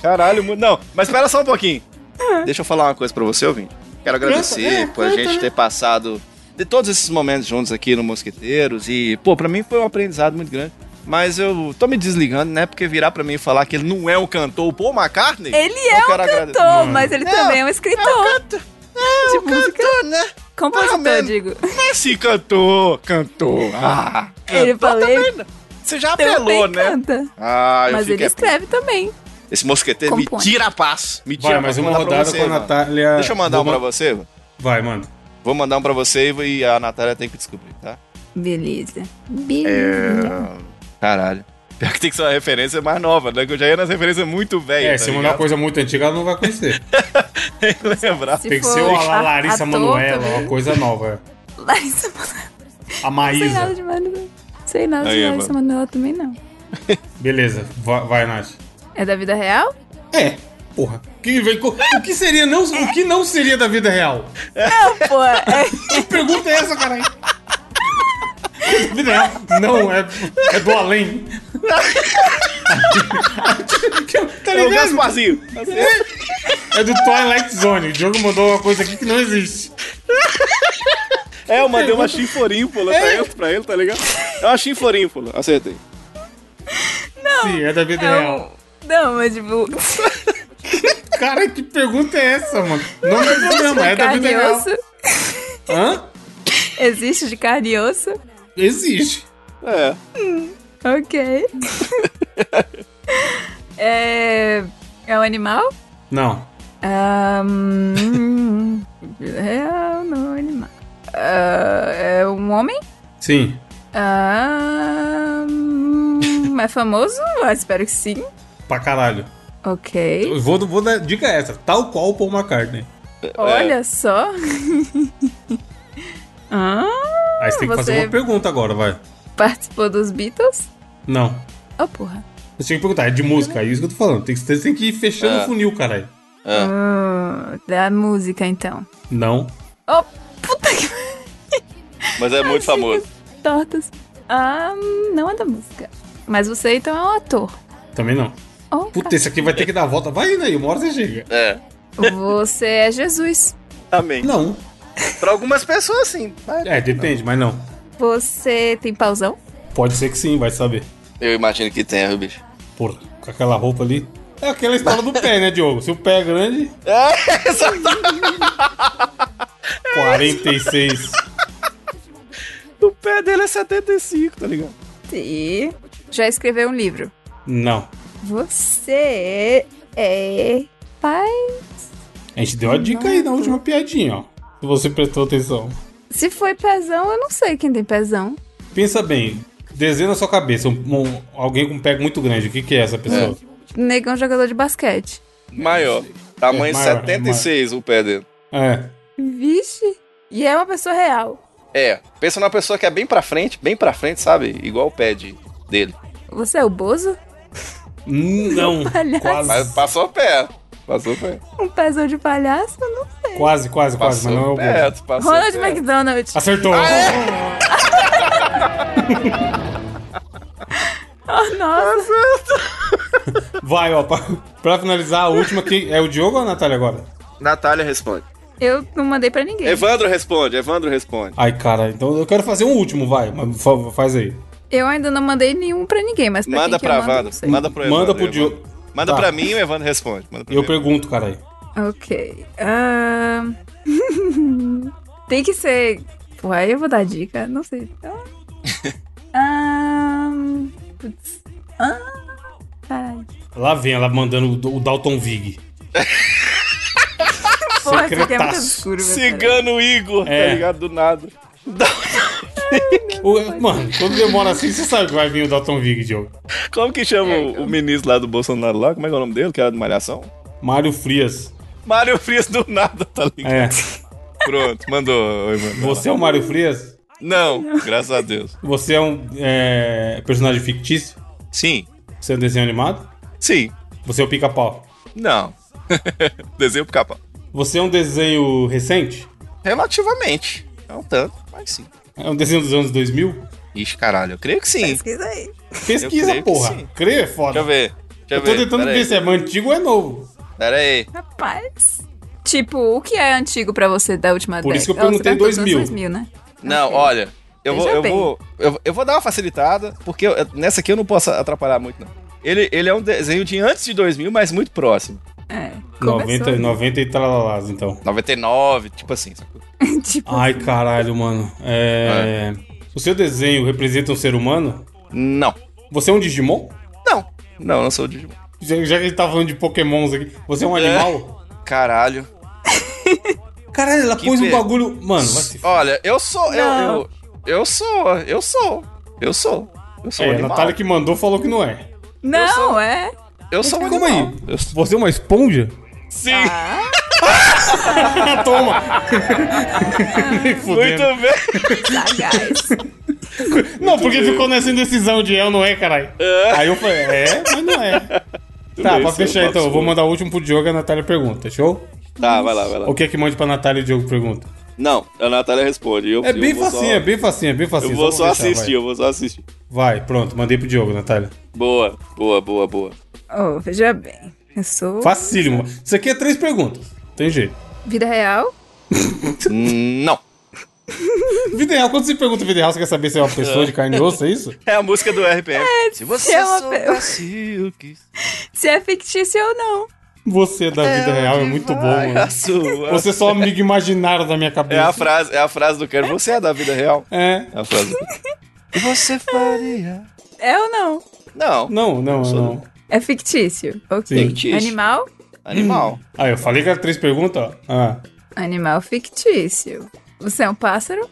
[SPEAKER 4] Caralho, mu- não, mas espera só um pouquinho.
[SPEAKER 3] Ah.
[SPEAKER 4] Deixa eu falar uma coisa pra você, ouvinte. Quero agradecer
[SPEAKER 2] é,
[SPEAKER 4] por a
[SPEAKER 2] canta,
[SPEAKER 4] gente
[SPEAKER 2] né?
[SPEAKER 4] ter passado de todos esses momentos juntos aqui no Mosqueteiros e, pô, pra mim foi um aprendizado muito grande. Mas eu tô me desligando, né? Porque virar pra mim e falar que ele não é um cantor, pô, McCartney.
[SPEAKER 3] Ele
[SPEAKER 4] eu
[SPEAKER 3] é um
[SPEAKER 4] quero agrade-
[SPEAKER 3] cantor, mas ele
[SPEAKER 4] Não,
[SPEAKER 3] também é um escritor.
[SPEAKER 4] É
[SPEAKER 3] de
[SPEAKER 4] um cantor, né?
[SPEAKER 3] Compositor,
[SPEAKER 4] Ah, man.
[SPEAKER 3] digo.
[SPEAKER 4] Esse cantor, cantor. Ah,
[SPEAKER 3] Ele
[SPEAKER 4] cantor
[SPEAKER 3] falei-
[SPEAKER 4] também não. Você já
[SPEAKER 3] Também
[SPEAKER 4] apelou, né?
[SPEAKER 3] Então, canta.
[SPEAKER 4] Ah, eu
[SPEAKER 3] mas
[SPEAKER 4] fiquei
[SPEAKER 3] ele escreve também.
[SPEAKER 4] Esse mosqueteiro
[SPEAKER 3] Compõe.
[SPEAKER 4] me tira a paz. Me tira
[SPEAKER 2] Vai,
[SPEAKER 4] a
[SPEAKER 2] mais
[SPEAKER 4] paz.
[SPEAKER 2] uma
[SPEAKER 4] Vou mandar pra
[SPEAKER 2] rodada
[SPEAKER 4] você,
[SPEAKER 2] com a
[SPEAKER 4] mano.
[SPEAKER 2] Natália.
[SPEAKER 4] Deixa eu mandar um
[SPEAKER 2] Vou
[SPEAKER 4] pra
[SPEAKER 2] ma-
[SPEAKER 4] você. mano.
[SPEAKER 2] Vai, manda.
[SPEAKER 4] Vou mandar um pra você e a Natália tem que descobrir, tá?
[SPEAKER 3] Beleza. Beleza.
[SPEAKER 4] É. Caralho. Pior que tem que ser uma referência mais nova, né? Que eu já ia nas referências muito velhas.
[SPEAKER 2] É,
[SPEAKER 4] tá
[SPEAKER 2] se mandar uma
[SPEAKER 4] ligado?
[SPEAKER 2] coisa muito antiga, ela não vai conhecer.
[SPEAKER 4] Lembrar.
[SPEAKER 3] Se
[SPEAKER 2] Tem que ser
[SPEAKER 3] for
[SPEAKER 2] uma La-
[SPEAKER 3] a- né?
[SPEAKER 2] Larissa
[SPEAKER 3] ator
[SPEAKER 2] Manoela,
[SPEAKER 3] também.
[SPEAKER 2] uma coisa nova.
[SPEAKER 3] Larissa Manoela.
[SPEAKER 2] A
[SPEAKER 3] Sei nada
[SPEAKER 2] Maísa.
[SPEAKER 3] de Manoela. Sei nada
[SPEAKER 2] Aí,
[SPEAKER 3] de Larissa Manoela também, não.
[SPEAKER 2] Beleza, vai, vai Nath.
[SPEAKER 3] É da vida real?
[SPEAKER 2] É, porra. Que vem co- o que seria não, o que não seria da vida real?
[SPEAKER 3] Não, pô. É,
[SPEAKER 2] Que pergunta é essa, caralho? Da vida real? Não, é, é do além. tá
[SPEAKER 4] É o
[SPEAKER 2] ligado?
[SPEAKER 4] Gasparzinho.
[SPEAKER 2] É do Twilight Zone. O Diogo mandou uma coisa aqui que não existe.
[SPEAKER 4] É, eu mandei uma chinforímpola pra ele, pra ele, tá ligado? É uma chinforímpola, acertei.
[SPEAKER 3] Não.
[SPEAKER 2] Sim, é da vida
[SPEAKER 3] um-
[SPEAKER 2] real.
[SPEAKER 3] Não, mas tipo.
[SPEAKER 2] Cara, que pergunta é essa, mano? Não tem
[SPEAKER 3] existe
[SPEAKER 2] problema, é
[SPEAKER 3] de
[SPEAKER 2] da
[SPEAKER 3] carne
[SPEAKER 2] vida
[SPEAKER 3] e
[SPEAKER 2] real.
[SPEAKER 3] osso?
[SPEAKER 2] Hã?
[SPEAKER 3] Existe de carne e osso?
[SPEAKER 2] Existe.
[SPEAKER 4] É.
[SPEAKER 3] Hum, ok. é. É um animal?
[SPEAKER 2] Não.
[SPEAKER 3] Ah, hum, é, não, é animal. Ah, é um homem?
[SPEAKER 2] Sim.
[SPEAKER 3] Ah, hum, é famoso? Ah, espero que sim.
[SPEAKER 2] Pra caralho.
[SPEAKER 3] Ok.
[SPEAKER 2] Eu vou, vou dar dica essa. Tal qual o Paul McCartney.
[SPEAKER 3] Olha só. ah,
[SPEAKER 2] Aí você tem que fazer
[SPEAKER 3] você-
[SPEAKER 2] uma pergunta agora, vai.
[SPEAKER 3] participou dos Beatles?
[SPEAKER 2] Não.
[SPEAKER 3] Oh, porra.
[SPEAKER 2] Você tinha que perguntar, é de música, é isso que eu tô falando. Tem que, você tem que ir fechando
[SPEAKER 3] É.
[SPEAKER 2] o funil, caralho.
[SPEAKER 3] Ah, da música, então.
[SPEAKER 2] Não.
[SPEAKER 3] Oh, puta que
[SPEAKER 4] Mas é muito famoso.
[SPEAKER 3] tortas. Ah, não é da música. Mas você então é um ator.
[SPEAKER 2] Também não.
[SPEAKER 3] Oh,
[SPEAKER 2] Puta, esse aqui vai ter que dar a volta. Vai indo aí, uma hora você chega.
[SPEAKER 4] É.
[SPEAKER 3] Você é Jesus.
[SPEAKER 4] Amém.
[SPEAKER 2] Não.
[SPEAKER 4] Pra algumas pessoas, sim. Mas-
[SPEAKER 2] É, depende, mas não.
[SPEAKER 3] Você tem pausão?
[SPEAKER 2] Pode ser que sim, vai saber.
[SPEAKER 4] Eu imagino que tenha, viu, bicho.
[SPEAKER 2] Porra, com aquela roupa ali. É aquela história do pé, né, Diogo? Se o pé é grande,
[SPEAKER 4] É, só...
[SPEAKER 2] 46.
[SPEAKER 4] O pé dele é 75, tá ligado?
[SPEAKER 3] Sim. Já escreveu um livro.
[SPEAKER 2] Não.
[SPEAKER 3] Você é pai.
[SPEAKER 2] A gente deu a dica aí na última piadinha, ó. Se você prestou atenção.
[SPEAKER 3] Se foi pezão, eu não sei quem tem pezão.
[SPEAKER 2] Pensa bem, desenha na sua cabeça um, um- alguém com um pé muito grande. O que, que é essa pessoa?
[SPEAKER 3] Negão é um jogador de basquete.
[SPEAKER 4] Maior. Tamanho
[SPEAKER 2] É maior,
[SPEAKER 4] 76 o pé dele.
[SPEAKER 2] É.
[SPEAKER 3] Vixe. E é uma pessoa real.
[SPEAKER 4] É. Pensa numa pessoa que é bem pra frente, bem pra frente, sabe? Igual o pé de, dele.
[SPEAKER 3] Você é o Bozo?
[SPEAKER 2] Hum, Não.
[SPEAKER 3] Palhaço.
[SPEAKER 4] Mas passou o pé. Passou o pé.
[SPEAKER 3] Um pezão de palhaço? Não sei.
[SPEAKER 2] Quase, quase, quase,
[SPEAKER 4] Passou
[SPEAKER 2] mas não é o
[SPEAKER 4] perto,
[SPEAKER 2] bom.
[SPEAKER 4] passou
[SPEAKER 3] Ronald
[SPEAKER 4] perto.
[SPEAKER 3] McDonald.
[SPEAKER 2] Acertou.
[SPEAKER 3] Oh, nossa.
[SPEAKER 2] Vai, ó. Pra, pra finalizar, a última que é o Diogo ou a Natália agora?
[SPEAKER 4] Natália responde.
[SPEAKER 3] Eu não mandei pra ninguém.
[SPEAKER 4] Evandro responde, Evandro responde.
[SPEAKER 2] Ai, cara, então eu quero fazer um último, vai. Mas fa- faz aí.
[SPEAKER 3] Eu ainda não mandei nenhum pra ninguém, mas pra
[SPEAKER 4] Manda
[SPEAKER 3] quem
[SPEAKER 4] pra
[SPEAKER 3] que é eu mando,
[SPEAKER 4] Evandro.
[SPEAKER 3] não sei.
[SPEAKER 4] Manda pro Evandro.
[SPEAKER 2] Manda pro Diogo.
[SPEAKER 4] Manda
[SPEAKER 2] Tá.
[SPEAKER 4] pra mim e o Evandro responde. Manda pra
[SPEAKER 2] Eu
[SPEAKER 4] mim.
[SPEAKER 2] pergunto, caralho.
[SPEAKER 3] Ok. Ahn. Tem que ser. Pô, aí eu vou dar dica, não sei. Então, Ah. Ahn. Putz. Ah. Caralho.
[SPEAKER 2] Lá vem ela mandando o D- o Dalton Vig.
[SPEAKER 3] Porra, essa aqui é muito
[SPEAKER 2] Secretaço.
[SPEAKER 3] escuro, velho.
[SPEAKER 4] Cigano Igor,
[SPEAKER 2] É.
[SPEAKER 4] tá ligado? Do nada.
[SPEAKER 2] O- mano, quando demora assim, você sabe que vai vir o Dalton Vig, Diogo.
[SPEAKER 4] Como que chama
[SPEAKER 3] É,
[SPEAKER 4] o-
[SPEAKER 3] então.
[SPEAKER 4] o ministro lá do Bolsonaro lá? Como é que é o nome dele? Que era de Malhação?
[SPEAKER 2] Mário Frias.
[SPEAKER 4] Mário Frias do nada, tá ligado?
[SPEAKER 2] É.
[SPEAKER 4] Pronto, mandou. Oi, mano.
[SPEAKER 2] Você é o Mário Frias?
[SPEAKER 4] Não, graças a Deus.
[SPEAKER 2] Você é um é, personagem fictício?
[SPEAKER 4] Sim.
[SPEAKER 2] Você é um desenho animado?
[SPEAKER 4] Sim.
[SPEAKER 2] Você é o pica-pau?
[SPEAKER 4] Não. Desenho pro capa.
[SPEAKER 2] Você é um desenho recente?
[SPEAKER 4] Relativamente. Não tanto, mas sim.
[SPEAKER 2] É um desenho dos anos 2000?
[SPEAKER 4] Ixi, caralho, eu creio que sim.
[SPEAKER 3] Pesquisa aí.
[SPEAKER 4] Eu
[SPEAKER 2] Pesquisa,
[SPEAKER 4] creio que
[SPEAKER 2] porra.
[SPEAKER 4] sim.
[SPEAKER 2] Crê é foda.
[SPEAKER 4] Deixa eu ver. Deixa eu,
[SPEAKER 2] Eu tô
[SPEAKER 4] ver.
[SPEAKER 2] tentando
[SPEAKER 4] Pera
[SPEAKER 2] ver
[SPEAKER 4] aí.
[SPEAKER 2] se é antigo ou é novo.
[SPEAKER 4] Pera aí.
[SPEAKER 3] Rapaz. Tipo, o que é antigo pra você da última
[SPEAKER 2] Por
[SPEAKER 3] década?
[SPEAKER 2] isso que eu
[SPEAKER 3] Ó, você
[SPEAKER 2] perguntei
[SPEAKER 3] perguntou dos anos
[SPEAKER 2] 2000.
[SPEAKER 3] 2000, né?
[SPEAKER 4] Não,
[SPEAKER 3] Ok.
[SPEAKER 4] olha. Eu vou,
[SPEAKER 3] Veja
[SPEAKER 4] eu,
[SPEAKER 3] bem.
[SPEAKER 4] vou, eu, eu vou dar uma facilitada, porque eu- nessa aqui eu não posso atrapalhar muito, não. Ele, ele é um desenho de antes de 2000, mas muito próximo.
[SPEAKER 3] É. começou
[SPEAKER 2] 90,
[SPEAKER 3] ali.
[SPEAKER 2] 90 e tralalás, então.
[SPEAKER 4] 99, tipo assim. sacou?
[SPEAKER 3] tipo,
[SPEAKER 2] Ai, caralho, mano. É... O seu desenho representa um ser humano?
[SPEAKER 4] Não.
[SPEAKER 2] Você é um Digimon?
[SPEAKER 4] Não. Não, eu não sou o Digimon.
[SPEAKER 2] Já, já que a gente tá falando de Pokémons aqui, você é um animal?
[SPEAKER 4] Caralho.
[SPEAKER 2] Caralho, ela
[SPEAKER 4] Que
[SPEAKER 2] pôs um
[SPEAKER 4] pe-
[SPEAKER 2] bagulho. Mano, vai se.
[SPEAKER 4] Olha, eu sou. Eu,
[SPEAKER 3] Não.
[SPEAKER 4] eu, eu sou. Eu sou. Eu sou. Eu sou um
[SPEAKER 2] É, a
[SPEAKER 4] animal.
[SPEAKER 2] Natália que mandou falou que não é.
[SPEAKER 3] Não, é.
[SPEAKER 4] Eu sou um
[SPEAKER 2] Como
[SPEAKER 4] animal.
[SPEAKER 2] aí? Você é uma esponja?
[SPEAKER 4] Sim.
[SPEAKER 2] Toma!
[SPEAKER 4] Muito
[SPEAKER 2] Fudendo.
[SPEAKER 4] bem.
[SPEAKER 3] Ah, Sagaz.
[SPEAKER 2] Não, porque ficou nessa indecisão de é ou não é, caralho. Aí eu falei, é, mas não é. Tá,
[SPEAKER 4] bem, é um
[SPEAKER 2] pra
[SPEAKER 4] seu
[SPEAKER 2] fechar então, eu
[SPEAKER 4] absurdo.
[SPEAKER 2] vou mandar o último pro Diogo e a Natália pergunta, show?
[SPEAKER 4] Tá, vai lá, vai lá.
[SPEAKER 2] O que é que mande pra Natália e o Diogo pergunta?
[SPEAKER 4] Não, a Natália responde. Eu,
[SPEAKER 2] É bem
[SPEAKER 4] eu vou
[SPEAKER 2] facinho, é bem facinho, é bem
[SPEAKER 4] só,
[SPEAKER 2] facinho.
[SPEAKER 4] Eu vou só
[SPEAKER 2] pra fechar,
[SPEAKER 4] assistir, eu vou só assistir.
[SPEAKER 2] Vai. vai, pronto, mandei pro Diogo, Natália.
[SPEAKER 4] Boa, boa, boa, boa.
[SPEAKER 3] Oh, veja bem. Eu sou.
[SPEAKER 2] Facílimo. é Isso aqui é três perguntas. Tem jeito.
[SPEAKER 3] Vida real?
[SPEAKER 4] Não.
[SPEAKER 2] Vida real, quando você pergunta vida real, você quer saber se é uma pessoa de carne e osso, é isso?
[SPEAKER 4] É a música do RPM.
[SPEAKER 3] Se você é uma... Se é fictício ou não.
[SPEAKER 2] Você da vida real é muito bom,
[SPEAKER 4] vai,
[SPEAKER 2] mano.
[SPEAKER 4] a sua.
[SPEAKER 2] Você é só amigo imaginário da minha cabeça.
[SPEAKER 4] É a frase, é a frase do cara. Você é da vida real?
[SPEAKER 2] É.
[SPEAKER 4] a frase. E você faria?
[SPEAKER 3] É ou não?
[SPEAKER 4] Não.
[SPEAKER 2] Não, não, não. não.
[SPEAKER 3] É fictício. Ok.
[SPEAKER 4] Sim. Fictício.
[SPEAKER 3] Animal?
[SPEAKER 4] Animal.
[SPEAKER 2] Ah, eu falei que era três perguntas, ó. Ah.
[SPEAKER 3] Animal fictício. Você é um pássaro?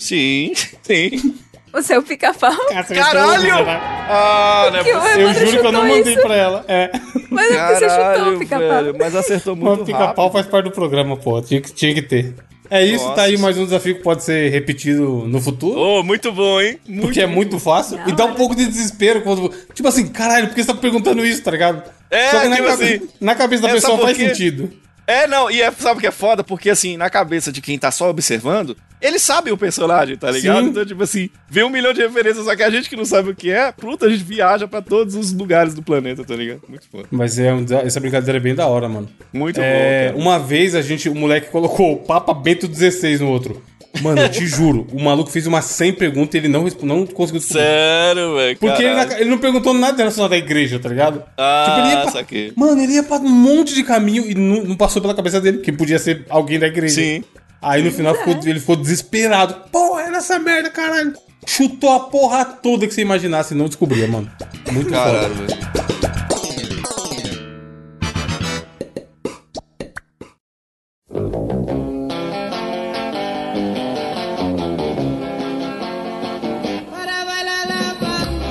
[SPEAKER 4] Sim, sim.
[SPEAKER 3] Você é um pica-pau?
[SPEAKER 4] Caralho! Ah, não é
[SPEAKER 3] Que o
[SPEAKER 4] possível.
[SPEAKER 3] Evandro
[SPEAKER 2] Eu juro que eu não
[SPEAKER 3] chutou
[SPEAKER 2] mandei
[SPEAKER 3] isso.
[SPEAKER 2] pra ela. É.
[SPEAKER 3] Mas é porque você chutou o pica-pau.
[SPEAKER 4] velho, Mas acertou
[SPEAKER 2] Mas
[SPEAKER 4] muito rápido.
[SPEAKER 2] pica-pau faz parte do programa, pô. Tinha que, tinha que ter. É isso,
[SPEAKER 4] Nossa.
[SPEAKER 2] tá aí mais um desafio que pode ser repetido no futuro.
[SPEAKER 4] Oh, muito bom, hein? Muito
[SPEAKER 2] Porque é muito fácil. E dá um pouco de desespero quando. Tipo assim, caralho, por que você tá perguntando isso, tá ligado?
[SPEAKER 4] É,
[SPEAKER 2] Só que na,
[SPEAKER 4] tipo
[SPEAKER 2] cabe-
[SPEAKER 4] assim,
[SPEAKER 2] na cabeça da
[SPEAKER 4] é,
[SPEAKER 2] pessoa
[SPEAKER 4] sabe por
[SPEAKER 2] faz
[SPEAKER 4] quê?
[SPEAKER 2] sentido.
[SPEAKER 4] É, não, e é, sabe o que é foda? Porque, assim, na cabeça de quem tá só observando, ele sabe o personagem, tá ligado?
[SPEAKER 2] Sim.
[SPEAKER 4] Então, tipo assim, vê um milhão de referências, só que a gente que não sabe o que é, puta, a gente viaja pra todos os lugares do planeta, tá ligado? Muito foda.
[SPEAKER 2] Mas é um desa- essa brincadeira é bem da hora, mano.
[SPEAKER 4] Muito
[SPEAKER 2] É,
[SPEAKER 4] bom, cara.
[SPEAKER 2] uma vez a gente, o moleque colocou o Papa Bento XVI no outro. Mano, eu te juro, o maluco fez umas 100 perguntas e ele não, resp- não conseguiu descobrir.
[SPEAKER 4] Sério, velho,
[SPEAKER 2] Porque ele,
[SPEAKER 4] caralho.
[SPEAKER 2] na- ele não perguntou nada relacionado à igreja, tá ligado?
[SPEAKER 4] Ah,
[SPEAKER 2] ele ia pra-
[SPEAKER 4] saquei.
[SPEAKER 2] Mano, ele ia pra um monte de caminho e não, não passou pela cabeça dele, que podia ser alguém da igreja.
[SPEAKER 4] Sim.
[SPEAKER 2] Aí no final ficou- ele ficou desesperado. Porra, era essa merda, caralho. Chutou a porra toda que você imaginasse e não descobria, mano. Muito
[SPEAKER 4] Caralho,
[SPEAKER 2] foda.
[SPEAKER 4] velho.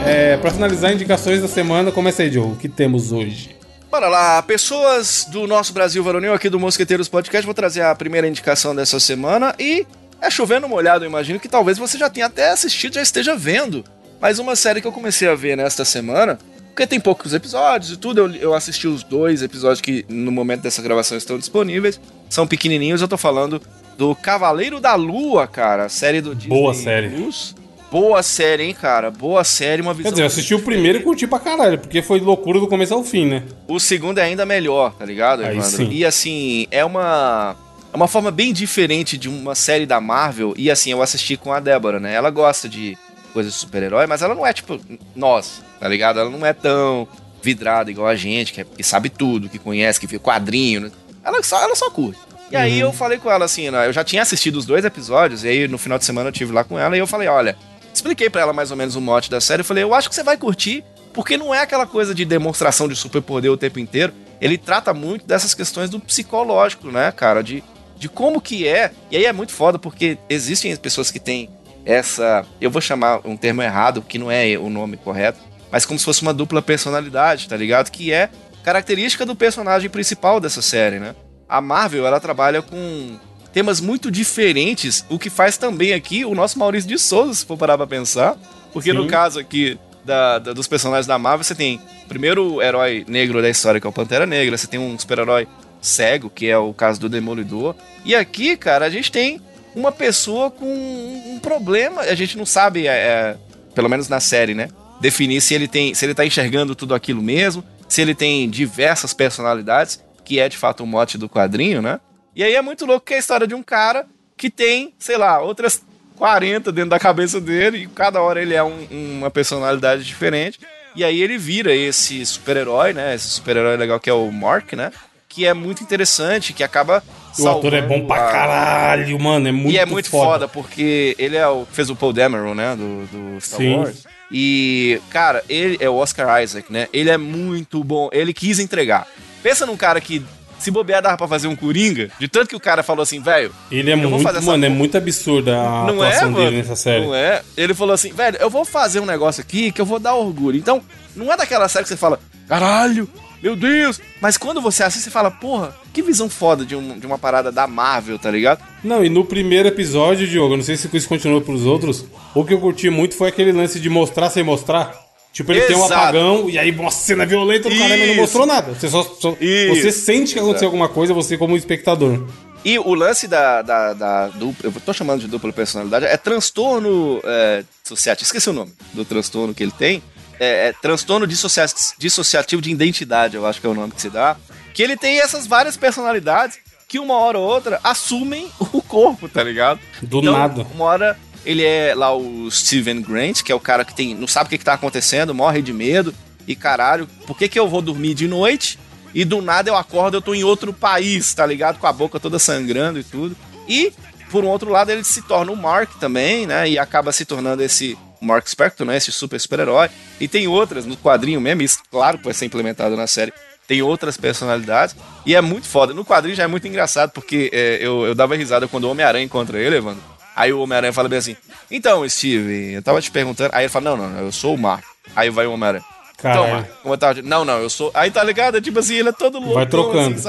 [SPEAKER 2] É, pra finalizar, indicações da semana, começa aí, Diogo. O que temos hoje?
[SPEAKER 4] Bora lá, pessoas do nosso Brasil varonil aqui do Mosqueteiros Podcast, vou trazer a primeira indicação dessa semana e é chovendo molhado, eu imagino que talvez você já tenha até assistido, já esteja vendo. Mas uma série que eu comecei a ver nesta semana, porque tem poucos episódios e tudo, eu, eu assisti os dois episódios que no momento dessa gravação estão disponíveis, são pequenininhos, eu tô falando do Cavaleiro da Lua, cara, a série do Disney
[SPEAKER 2] Boa série.
[SPEAKER 4] Plus. Boa série, hein, cara, boa série, uma visão...
[SPEAKER 2] Quer dizer, eu assisti o primeiro e curti pra caralho, porque foi loucura do começo ao fim, né?
[SPEAKER 4] O segundo é ainda melhor, tá ligado,
[SPEAKER 2] Aí
[SPEAKER 4] Evandro?
[SPEAKER 2] sim.
[SPEAKER 4] E assim, é uma. É uma forma bem diferente de uma série da Marvel. E assim, eu assisti com a Débora, né? Ela gosta de coisas de super-herói, mas ela não é tipo nós, tá ligado? Ela não é tão vidrada igual a gente, que, é- que sabe tudo, que conhece, que vê quadrinho. Né? Ela, só, ela só curte. E aí
[SPEAKER 2] Uhum.
[SPEAKER 4] eu falei com ela assim, né? eu já tinha assistido os dois episódios, e aí no final de semana eu tive lá com ela e eu falei, olha, expliquei pra ela mais ou menos o mote da série, eu falei, eu acho que você vai curtir, porque não é aquela coisa de demonstração de superpoder o tempo inteiro. Ele trata muito dessas questões do psicológico, né, cara? De, de como que é. E aí é muito foda, porque existem pessoas que têm essa. Eu vou chamar um termo errado, que não é o nome correto, mas como se fosse uma dupla personalidade, tá ligado? Que é característica do personagem principal dessa série, né? A Marvel, ela trabalha com temas muito diferentes, o que faz também aqui o nosso Maurício de Souza, se for parar pra pensar. Porque no
[SPEAKER 2] Sim.
[SPEAKER 4] caso aqui da- da- dos personagens da Marvel, você tem o primeiro herói negro da história, que é o Pantera Negra, você tem um super-herói cego, que é o caso do Demolidor. E aqui, cara, a gente tem uma pessoa com um, um problema, a gente não sabe, é, é, pelo menos na série, né? Definir se ele tem, se ele tá enxergando tudo aquilo mesmo, se ele tem diversas personalidades, que é de fato o mote do quadrinho, né? E aí é muito louco que é a história de um cara que tem, sei lá, outras 40 dentro da cabeça dele, e cada hora ele é um- uma personalidade diferente. E aí ele vira esse super-herói, né? Esse super-herói legal que é o Mark, né? Que é muito interessante, que acaba.
[SPEAKER 2] O ator é bom pra
[SPEAKER 4] salvando a-
[SPEAKER 2] caralho, mano. É muito
[SPEAKER 4] e é muito foda. porque ele é o fez o Paul Dameron, né, do, do Star
[SPEAKER 2] Sim.
[SPEAKER 4] Wars. E, cara, ele é o Oscar Isaac, né? Ele é muito bom. Ele quis entregar. Pensa num cara que se bobear dava pra fazer um Coringa, de tanto que o cara falou assim, velho,
[SPEAKER 2] Ele é
[SPEAKER 4] Eu vou
[SPEAKER 2] muito.
[SPEAKER 4] fazer essa
[SPEAKER 2] Mano, é muito absurda a
[SPEAKER 4] não é,
[SPEAKER 2] atuação
[SPEAKER 4] mano?
[SPEAKER 2] dele nessa série.
[SPEAKER 4] Não é. Ele falou assim, velho, eu vou fazer um negócio aqui que eu vou dar orgulho. Então, não é daquela série que você fala, caralho, meu Deus. Mas quando você assiste, você fala, porra, que visão foda de, um- de uma parada da Marvel, tá ligado?
[SPEAKER 2] Não, e no primeiro episódio, Diogo, eu não sei se isso continuou pros outros, o que eu curti muito foi aquele lance de mostrar sem mostrar. Tipo, ele tem um
[SPEAKER 4] Exato.
[SPEAKER 2] apagão e aí uma cena violenta do caramba e não
[SPEAKER 4] Isso.
[SPEAKER 2] mostrou nada. Você só, só-
[SPEAKER 4] Isso.
[SPEAKER 2] você sente que aconteceu alguma coisa, você como espectador.
[SPEAKER 4] E o lance da, da, da dupla, eu tô chamando de dupla personalidade, é transtorno é, dissociativo, esqueci o nome do transtorno que ele tem, é, é transtorno dissocia- dissociativo de identidade, eu acho que é o nome que se dá, que ele tem essas várias personalidades, que uma hora ou outra assumem o corpo, tá ligado?
[SPEAKER 2] Do
[SPEAKER 4] Então,
[SPEAKER 2] nada.
[SPEAKER 4] Uma hora ele é lá o Steven Grant, que é o cara que tem, não sabe o que, que tá acontecendo, morre de medo. E caralho, por que, que eu vou dormir de noite? E do nada eu acordo, eu tô em outro país, tá ligado? Com a boca toda sangrando e tudo. E, por um outro lado, ele se torna o Mark também, né? E acaba se tornando esse Mark Spector, né? Esse super super-herói. E tem outras no quadrinho mesmo, isso claro que vai ser implementado na série. Tem outras personalidades. E é muito foda. No quadrinho já é muito engraçado, porque é, eu, eu dava risada quando o Homem-Aranha encontra ele, Evandro. Aí o Homem-Aranha fala bem assim: Então, Steve, eu tava te perguntando. Aí ele fala: Não, não, eu sou o Mark. Aí vai o Homem-Aranha. Então,
[SPEAKER 2] Caralho.
[SPEAKER 4] Mark, como eu tava. te- Não, não, eu sou. Aí tá ligado? É Tipo assim, ele é todo louco.
[SPEAKER 2] trocando.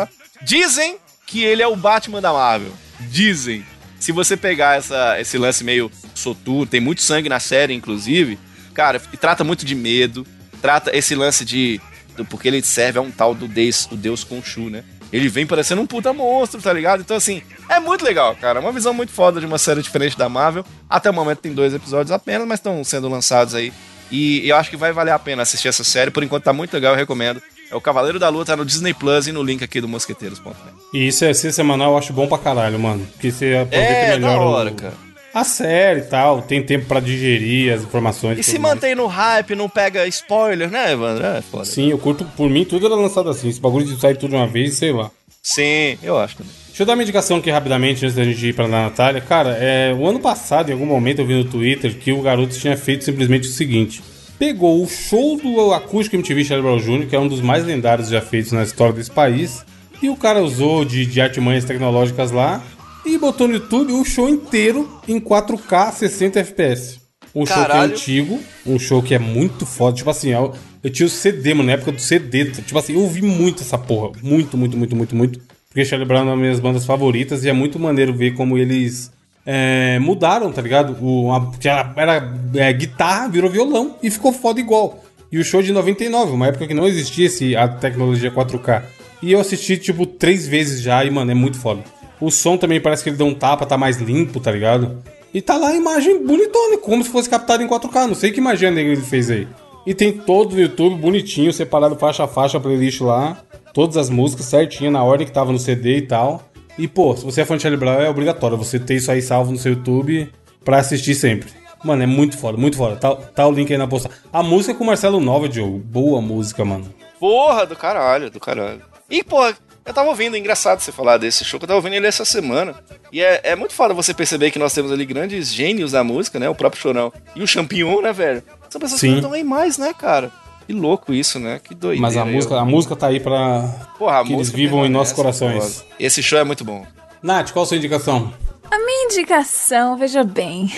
[SPEAKER 4] Dizem que ele é o Batman da Marvel. Dizem. Se você pegar essa, esse lance meio soturno, tem muito sangue na série, inclusive. Cara, e trata muito de medo. Trata esse lance de. do- porque ele serve a um tal do Deus, o Deus Khonshu, né? Ele vem parecendo um puta monstro, tá ligado? Então, assim, é muito legal, cara. É Uma visão muito foda de uma série diferente da Marvel. Até o momento tem dois episódios apenas, mas estão sendo lançados aí. E eu acho que vai valer a pena assistir essa série. Por enquanto tá muito legal, eu recomendo. É o Cavaleiro da Lua, tá no Disney Plus e no link aqui do mosqueteiros.net.
[SPEAKER 2] E isso é ser semanal, eu acho bom pra caralho, mano. Porque você aproveita
[SPEAKER 4] É, da
[SPEAKER 2] melhor
[SPEAKER 4] hora,
[SPEAKER 2] o-
[SPEAKER 4] cara.
[SPEAKER 2] a série e tal. Tem tempo pra digerir as informações.
[SPEAKER 4] E
[SPEAKER 2] tudo
[SPEAKER 4] se
[SPEAKER 2] mais.
[SPEAKER 4] mantém no hype, não pega spoiler, né, Evandro? É foda.
[SPEAKER 2] Sim, eu curto. Por mim, tudo era lançado assim. Esse bagulho de sair tudo de uma vez, sei lá.
[SPEAKER 4] Sim, eu acho também.
[SPEAKER 2] Deixa eu dar uma indicação aqui rapidamente antes da gente ir pra Natália. Cara, é, o ano passado, em algum momento, eu vi no Twitter que o garoto tinha feito simplesmente o seguinte: pegou o show do acústico MTV Cerebral Júnior, que é um dos mais lendários já feitos na história desse país, e o cara usou de, de artimanhas tecnológicas lá e botou no YouTube o show inteiro em 4K 60 FPS. Um show que
[SPEAKER 4] Caralho.
[SPEAKER 2] é antigo, um show que é muito foda. Tipo assim, eu, eu tinha o CD, mano, na época do CD. Tipo assim, eu ouvi muito essa porra. Muito, muito, muito, muito, muito. Porque Charlie Brown é uma das minhas bandas favoritas e é muito maneiro ver como eles é, mudaram, tá ligado? O, a- que era era, é, guitarra, virou violão e ficou foda igual. E o show de 99, uma época que não existia esse, a tecnologia 4K. E eu assisti, tipo, três vezes já e, mano, é muito foda. O som também parece que ele deu um tapa, tá mais limpo, tá ligado? E tá lá a imagem bonitona, como se fosse captada em 4K. Não sei que magia negra ele fez aí. E tem todo o YouTube bonitinho, separado faixa a faixa, playlist lá. Todas as músicas certinha, na ordem que tava no CD e tal. E, pô, se você é fã de Charlie Brown, é obrigatório você ter isso aí salvo no seu YouTube pra assistir sempre. Mano, é muito foda, muito foda. Tá, tá o link aí na posta. A música é com o Marcelo Nova, Diogo. Boa música, mano.
[SPEAKER 4] Porra, do caralho, do caralho. E, porra, eu tava ouvindo, é engraçado você falar desse show, que eu tava ouvindo ele essa semana. E é, é muito foda você perceber que nós temos ali grandes gênios da música, né? O próprio Chorão e o Champignon, né, velho? São pessoas que
[SPEAKER 2] Sim.
[SPEAKER 4] não estão aí mais, né, cara? Que louco isso, né? Que doideira.
[SPEAKER 2] Mas a música,
[SPEAKER 4] eu-
[SPEAKER 2] a música tá aí pra
[SPEAKER 4] Porra, a
[SPEAKER 2] que eles
[SPEAKER 4] música
[SPEAKER 2] vivam em nossos
[SPEAKER 4] permanece,
[SPEAKER 2] corações.
[SPEAKER 4] porra. Esse show é muito bom.
[SPEAKER 2] Nath, qual a sua indicação?
[SPEAKER 3] A minha indicação, veja bem,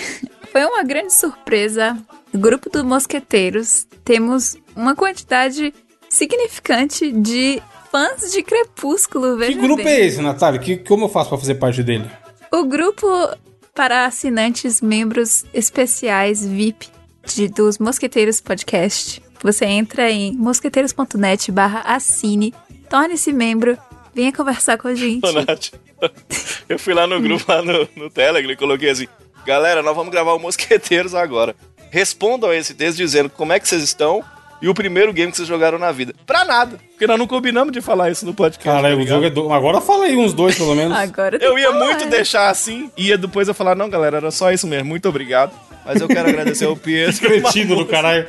[SPEAKER 3] foi uma grande surpresa. No grupo dos Mosqueteiros, temos uma quantidade significante de fãs de Crepúsculo, veja
[SPEAKER 2] Que grupo
[SPEAKER 3] bem.
[SPEAKER 2] é esse, Natália? Que, como eu faço pra fazer parte dele?
[SPEAKER 3] O grupo para assinantes, membros especiais VIP de- dos Mosqueteiros Podcast. Você entra em mosqueteiros.net barra assine, torne-se membro, venha conversar com a gente.
[SPEAKER 4] Ô, Nath, eu fui lá no grupo, lá no, no Telegram, e coloquei assim: galera, nós vamos gravar o Mosqueteiros agora. Respondam a esse texto dizendo como é que vocês estão e o primeiro game que vocês jogaram na vida. Pra nada, porque nós não combinamos de falar isso no podcast.
[SPEAKER 2] Cara,
[SPEAKER 4] tá
[SPEAKER 2] o
[SPEAKER 4] ligado?
[SPEAKER 2] jogo é do... Agora fala aí uns dois, pelo menos.
[SPEAKER 3] Agora
[SPEAKER 4] Eu ia
[SPEAKER 3] é.
[SPEAKER 4] muito deixar assim, ia depois eu falar: não, galera, era só isso mesmo, muito obrigado. Mas eu quero agradecer ao Pietro.
[SPEAKER 2] Cretido do caralho.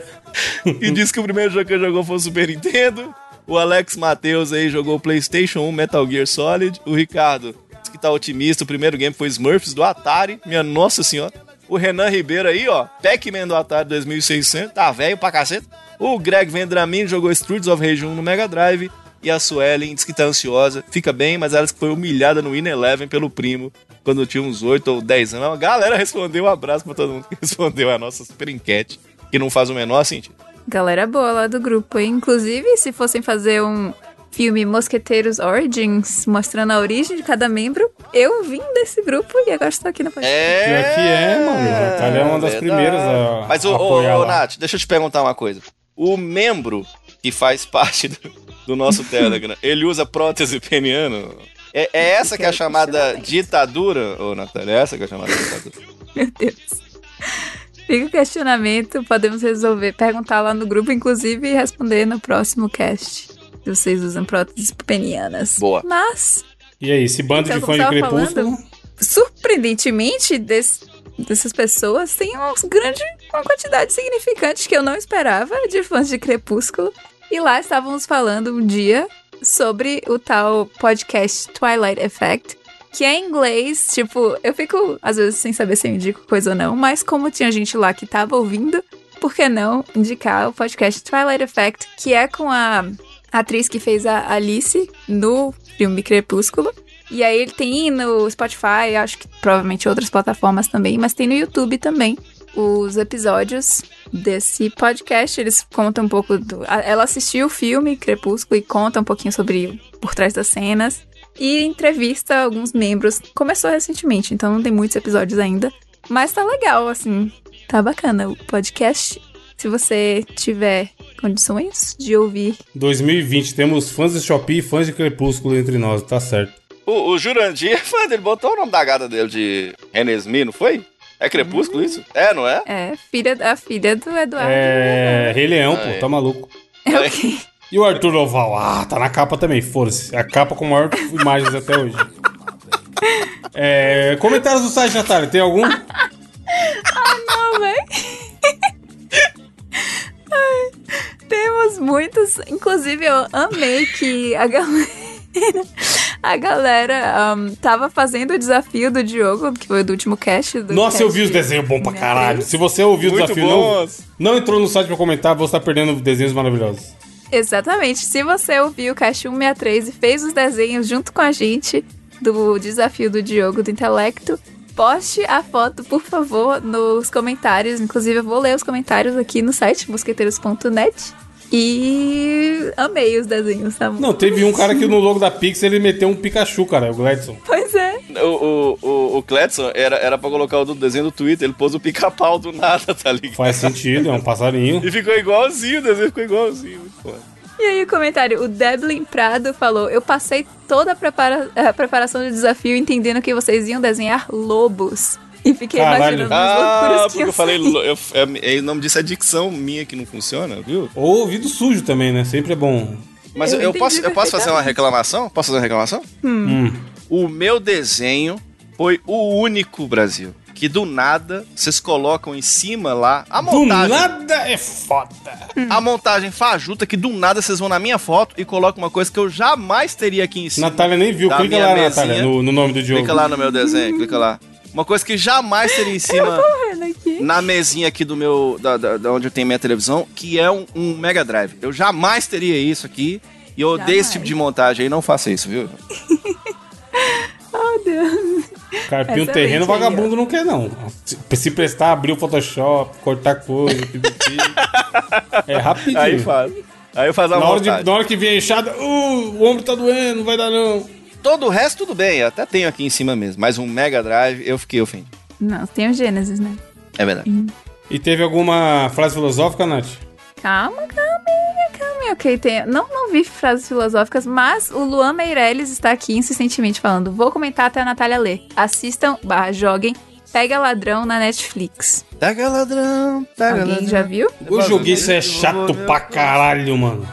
[SPEAKER 4] e disse que o primeiro jogo que ele jogou foi o Super Nintendo. O Alex Matheus aí jogou PlayStation 1, Metal Gear Solid. O Ricardo disse que tá otimista. O primeiro game foi Smurfs do Atari. Minha nossa senhora. O Renan Ribeiro aí, ó. Pac-Man do Atari 2600. Tá velho pra caceta. O Greg Vendramin jogou Streets of Rage 1 no Mega Drive. E a Suelen diz que tá ansiosa. Fica bem, mas ela disse que foi humilhada no In Eleven pelo primo. Quando tinha uns 8 ou 10 anos. A galera respondeu. Um abraço pra todo mundo que respondeu a nossa super enquete. Que não faz o menor sentido.
[SPEAKER 3] Galera boa lá do grupo, hein? Inclusive, se fossem fazer um filme Mosqueteiros Origins, mostrando a origem de cada membro, eu vim desse grupo e agora estou aqui no podcast.
[SPEAKER 4] É,
[SPEAKER 2] Pior que é, mano. A Natália é uma das
[SPEAKER 4] verdade.
[SPEAKER 2] primeiras a.
[SPEAKER 4] Mas, ô,
[SPEAKER 2] a
[SPEAKER 4] ô,
[SPEAKER 2] apoiar
[SPEAKER 4] ô,
[SPEAKER 2] lá.
[SPEAKER 4] Nath, deixa eu te perguntar uma coisa. O membro que faz parte do, do nosso Telegram, ele usa prótese peniana? É, é essa que é a chamada ditadura, ô Natália? É essa que é a chamada ditadura?
[SPEAKER 3] Meu Deus. Fica o questionamento, podemos resolver. Perguntar lá no grupo, inclusive, e responder no próximo cast. Se vocês usam próteses penianas.
[SPEAKER 4] Boa.
[SPEAKER 3] Mas,
[SPEAKER 2] E aí, esse bando
[SPEAKER 3] Então,
[SPEAKER 2] de
[SPEAKER 3] como
[SPEAKER 2] fãs de
[SPEAKER 3] tava
[SPEAKER 2] Crepúsculo.
[SPEAKER 3] falando, surpreendentemente, des- dessas pessoas tem uns grande, uma quantidade significante que eu não esperava de fãs de Crepúsculo. E lá estávamos falando um dia sobre o tal podcast Twilight Effect, que é em inglês, tipo, eu fico às vezes sem saber se eu indico coisa ou não, mas como tinha gente lá que tava ouvindo, por que não indicar o podcast Twilight Effect, que é com a atriz que fez a Alice no filme Crepúsculo. E aí ele tem no Spotify, acho que provavelmente outras plataformas também, mas tem no YouTube também os episódios desse podcast. Eles contam um pouco do. a- Ela assistiu o filme Crepúsculo e conta um pouquinho sobre o por trás das cenas. E entrevista alguns membros. Começou recentemente, então não tem muitos episódios ainda. Mas tá legal, assim. Tá bacana o podcast. Se você tiver condições de ouvir
[SPEAKER 2] 2020, temos fãs de Shopee e fãs de Crepúsculo entre nós, tá certo.
[SPEAKER 4] O, o Jurandir, mano, ele botou o nome da gata dele de Renesmi, não foi? É
[SPEAKER 3] Hum.
[SPEAKER 4] Crepúsculo isso? É, não é?
[SPEAKER 3] É, filha, a filha do Eduardo.
[SPEAKER 2] É. Rei Leão,
[SPEAKER 4] Ah, é.
[SPEAKER 2] pô, tá maluco.
[SPEAKER 3] É o quê?
[SPEAKER 2] E o Arthur Oval? Ah, tá na capa também, foda-se. A capa com maior imagens até hoje. É, comentários do site, Natália, tem algum?
[SPEAKER 3] Ai, não, velho. Ai, Temos muitos. Inclusive, eu amei que a galera. A galera ahm, tava fazendo o desafio do Diogo, que foi do último cast. Do
[SPEAKER 2] Nossa,
[SPEAKER 3] cast.
[SPEAKER 2] eu vi os desenhos bons pra caralho. Se você ouviu o
[SPEAKER 4] Muito
[SPEAKER 2] desafio
[SPEAKER 4] bons.
[SPEAKER 2] não, não entrou no site pra comentar, você tá perdendo desenhos maravilhosos.
[SPEAKER 3] Exatamente. Se você ouviu o Cast 163 e fez os desenhos junto com a gente do desafio do Diogo do Intelecto, poste a foto, por favor, nos comentários. Inclusive, eu vou ler os comentários aqui no site mosqueteiros.net. E amei os desenhos, tá bom?
[SPEAKER 2] Não, teve um cara que no logo da Pix ele meteu um Pikachu, cara, o Gladson.
[SPEAKER 3] Pois é.
[SPEAKER 4] O, o, o, o Cletson era, era pra colocar o do desenho do Twitter, ele pôs o pica-pau do nada, tá ligado?
[SPEAKER 2] Faz sentido, é um passarinho.
[SPEAKER 4] E ficou igualzinho, o desenho ficou igualzinho. muito foda.
[SPEAKER 3] E aí o comentário, o Deblin Prado falou: Eu passei toda a, prepara- a preparação do desafio entendendo que vocês iam desenhar lobos. E fiquei imaginando as
[SPEAKER 4] Ah,
[SPEAKER 3] loucuras que
[SPEAKER 4] porque
[SPEAKER 3] iam
[SPEAKER 4] eu falei.
[SPEAKER 3] sair.
[SPEAKER 4] lo- eu- é- é- o nome disso é dicção minha que não funciona, viu?
[SPEAKER 2] Ou ouvido sujo também, né? Sempre é bom.
[SPEAKER 4] Mas eu,
[SPEAKER 3] Eu
[SPEAKER 4] eu posso,
[SPEAKER 3] entendi
[SPEAKER 4] eu posso fazer uma reclamação? Posso fazer uma reclamação?
[SPEAKER 3] Hum.
[SPEAKER 4] O meu desenho foi o único, Brasil, que do nada vocês colocam em cima lá a
[SPEAKER 2] Do
[SPEAKER 4] montagem.
[SPEAKER 2] nada é foda.
[SPEAKER 4] A montagem fajuta que do nada vocês vão na minha foto e colocam uma coisa que eu jamais teria aqui em cima.
[SPEAKER 2] Natália nem viu.
[SPEAKER 4] Da
[SPEAKER 2] Clica
[SPEAKER 4] minha
[SPEAKER 2] lá,
[SPEAKER 4] mesinha.
[SPEAKER 2] Natália, no, no nome do Diogo.
[SPEAKER 4] Clica lá no meu desenho, clica lá. Uma coisa que jamais teria em
[SPEAKER 3] Eu
[SPEAKER 4] cima
[SPEAKER 3] tô vendo aqui.
[SPEAKER 4] na mesinha aqui do meu. Da, da- da onde eu tenho minha televisão, que é um, um Mega Drive. Eu jamais teria isso aqui. E eu odeio esse tipo de montagem aí, não faça isso, viu?
[SPEAKER 3] Oh, Deus.
[SPEAKER 2] Carpinho
[SPEAKER 3] Excelente,
[SPEAKER 2] terreno,
[SPEAKER 3] aí, ó.
[SPEAKER 2] vagabundo não quer, não. Se, se prestar, abrir o Photoshop, cortar coisa, pedir. É rapidinho.
[SPEAKER 4] Aí faz. Aí eu faço a
[SPEAKER 2] na, hora de- um-
[SPEAKER 4] montagem.
[SPEAKER 2] na hora que vier a enxada, uh, o ombro tá doendo, não vai dar não.
[SPEAKER 4] Todo o resto, tudo bem, eu até tenho aqui em cima mesmo. Mas um Mega Drive, eu fiquei ofendido.
[SPEAKER 3] Não, tem o Gênesis, né?
[SPEAKER 4] É verdade.
[SPEAKER 2] E teve alguma frase filosófica, Nath?
[SPEAKER 3] Calma, calminha, calminha. Ok, tem... não, não vi frases filosóficas, mas o Luan Meirelles está aqui insistentemente falando. Vou comentar até a Natália ler. Assistam, barra, joguem, Pega Ladrão na Netflix.
[SPEAKER 4] Pega ladrão, pega
[SPEAKER 3] Alguém já viu?
[SPEAKER 2] Eu joguei isso é chato
[SPEAKER 4] né,
[SPEAKER 2] pra caralho, mano.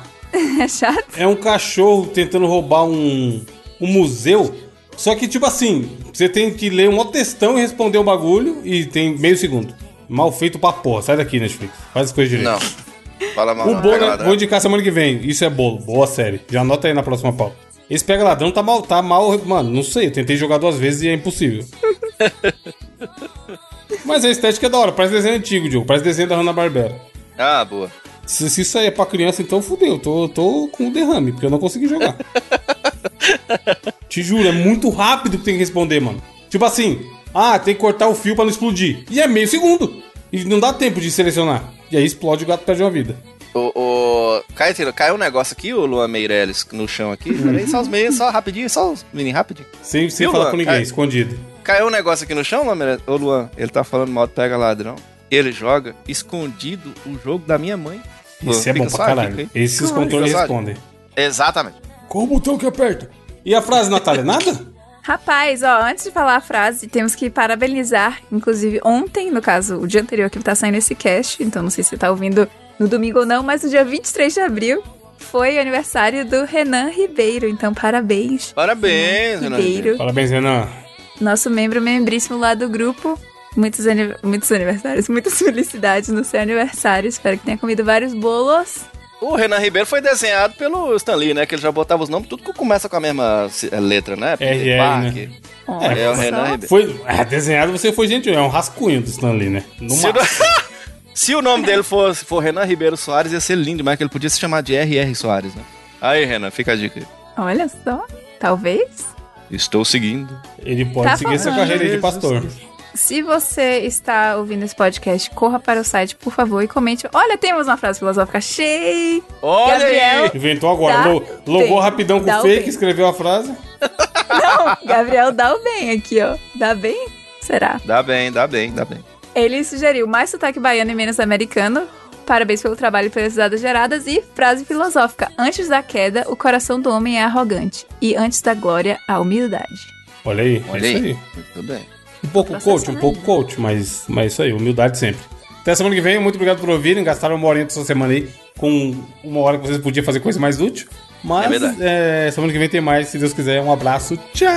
[SPEAKER 3] é chato?
[SPEAKER 2] É um cachorro tentando roubar um, um museu. Só que, tipo assim, você tem que ler um outro textão e responder o bagulho e tem meio segundo. Mal feito pra porra. Sai daqui, Netflix. Faz as coisas direito.
[SPEAKER 4] Não. Fala mal.
[SPEAKER 2] O
[SPEAKER 4] não,
[SPEAKER 2] bolo,
[SPEAKER 4] pega
[SPEAKER 2] vou
[SPEAKER 4] ladrão.
[SPEAKER 2] indicar semana que vem. Isso é bolo. Boa série. Já anota aí na próxima pauta. Esse pega ladrão tá mal, tá mal. Mano, não sei. Eu tentei jogar duas vezes e é impossível. Mas a estética é da hora. Parece desenho antigo, Diogo. Parece desenho da Hanna-Barbera.
[SPEAKER 4] Ah, boa.
[SPEAKER 2] Se, se isso aí é pra criança, então fudeu. Tô, tô com derrame, porque eu não consegui jogar. Te juro, é muito rápido que tem que responder, mano. Tipo assim, ah, tem que cortar o fio pra não explodir. E é meio segundo. E não dá tempo de selecionar. E aí explode o gato perde uma vida.
[SPEAKER 4] O, o... Cai, caiu um negócio aqui, o Luan Meirelles, no chão aqui. Peraí, só os meios, só rapidinho, só os mini rapidinho.
[SPEAKER 2] Sem, sem
[SPEAKER 4] Viu, É.
[SPEAKER 2] falar
[SPEAKER 4] Luan?
[SPEAKER 2] com ninguém,
[SPEAKER 4] Cai-
[SPEAKER 2] escondido.
[SPEAKER 4] Caiu um negócio aqui no chão, Luan Meirelles? Ô, Luan, ele tá falando mal do Pega Ladrão. Ele joga escondido o jogo da minha mãe.
[SPEAKER 2] Isso é
[SPEAKER 4] Fica
[SPEAKER 2] bom
[SPEAKER 4] só
[SPEAKER 2] pra
[SPEAKER 4] a
[SPEAKER 2] caralho.
[SPEAKER 4] dica aí.
[SPEAKER 2] Esses
[SPEAKER 4] Fica
[SPEAKER 2] controles
[SPEAKER 4] só a dica.
[SPEAKER 2] respondem.
[SPEAKER 4] Exatamente.
[SPEAKER 2] Qual o botão que aperta? E a frase, Natália? Nada?
[SPEAKER 3] Rapaz, ó, antes de falar a frase, temos que parabenizar, inclusive ontem, no caso, o dia anterior que tá saindo esse cast, então não sei se você tá ouvindo no domingo ou não, mas no dia 23 de abril, foi aniversário do Renan Ribeiro, então parabéns.
[SPEAKER 4] Parabéns, Renan.
[SPEAKER 3] Hum, Ribeiro.
[SPEAKER 2] Parabéns, Renan.
[SPEAKER 3] Nosso membro membríssimo lá do grupo. Muitos, ani- muitos aniversários, muitas felicidades no seu aniversário. Espero que tenha comido vários bolos.
[SPEAKER 4] O Renan Ribeiro foi desenhado pelo Stan Lee, né? Que ele já botava os nomes, tudo que começa com a mesma ci- é, letra, né? Peter
[SPEAKER 2] RR,
[SPEAKER 4] Parker.
[SPEAKER 2] né?
[SPEAKER 4] É, é o Renan Ribeiro.
[SPEAKER 2] Foi, ah, desenhado você foi gentil, é um rascunho do Stanley, né? No
[SPEAKER 4] Se, o
[SPEAKER 2] máximo.
[SPEAKER 4] no- Se o nome dele fosse for Renan Ribeiro Soares, ia ser lindo, mas que ele podia se chamar de RR Soares, né? Aí, Renan, fica a dica aí.
[SPEAKER 3] Olha só, talvez.
[SPEAKER 4] Estou seguindo.
[SPEAKER 2] Ele
[SPEAKER 3] pode Tá seguir essa falando. carreira de
[SPEAKER 2] pastor.
[SPEAKER 3] Se você está ouvindo esse podcast, corra para o site, por favor, e comente. Olha, temos uma frase filosófica cheia.
[SPEAKER 4] Olha
[SPEAKER 3] Gabriel,
[SPEAKER 2] Inventou agora.
[SPEAKER 3] dá
[SPEAKER 2] Lo- logou
[SPEAKER 3] bem.
[SPEAKER 2] rapidão com
[SPEAKER 3] Dá
[SPEAKER 2] o
[SPEAKER 3] o
[SPEAKER 2] fake,
[SPEAKER 3] bem.
[SPEAKER 2] escreveu a frase.
[SPEAKER 3] Não, Gabriel dá o bem aqui, ó. Dá bem? Será?
[SPEAKER 4] Dá bem, dá bem, dá bem.
[SPEAKER 3] Ele sugeriu mais sotaque baiano e menos americano. Parabéns pelo trabalho e pelas risadas geradas. E frase filosófica: Antes da queda, o coração do homem é arrogante. E antes da glória, a humildade.
[SPEAKER 2] Olha aí, é isso aí.
[SPEAKER 4] Muito bem.
[SPEAKER 2] Um pouco coach, um pouco coach, mas, mas isso aí, humildade sempre. Até semana que vem, muito obrigado por ouvirem. Gastaram uma horinha dessa semana aí com uma hora que vocês podiam fazer coisa mais útil. Mas
[SPEAKER 4] É verdade.
[SPEAKER 2] é, semana que vem tem mais, se Deus quiser. Um abraço, tchau!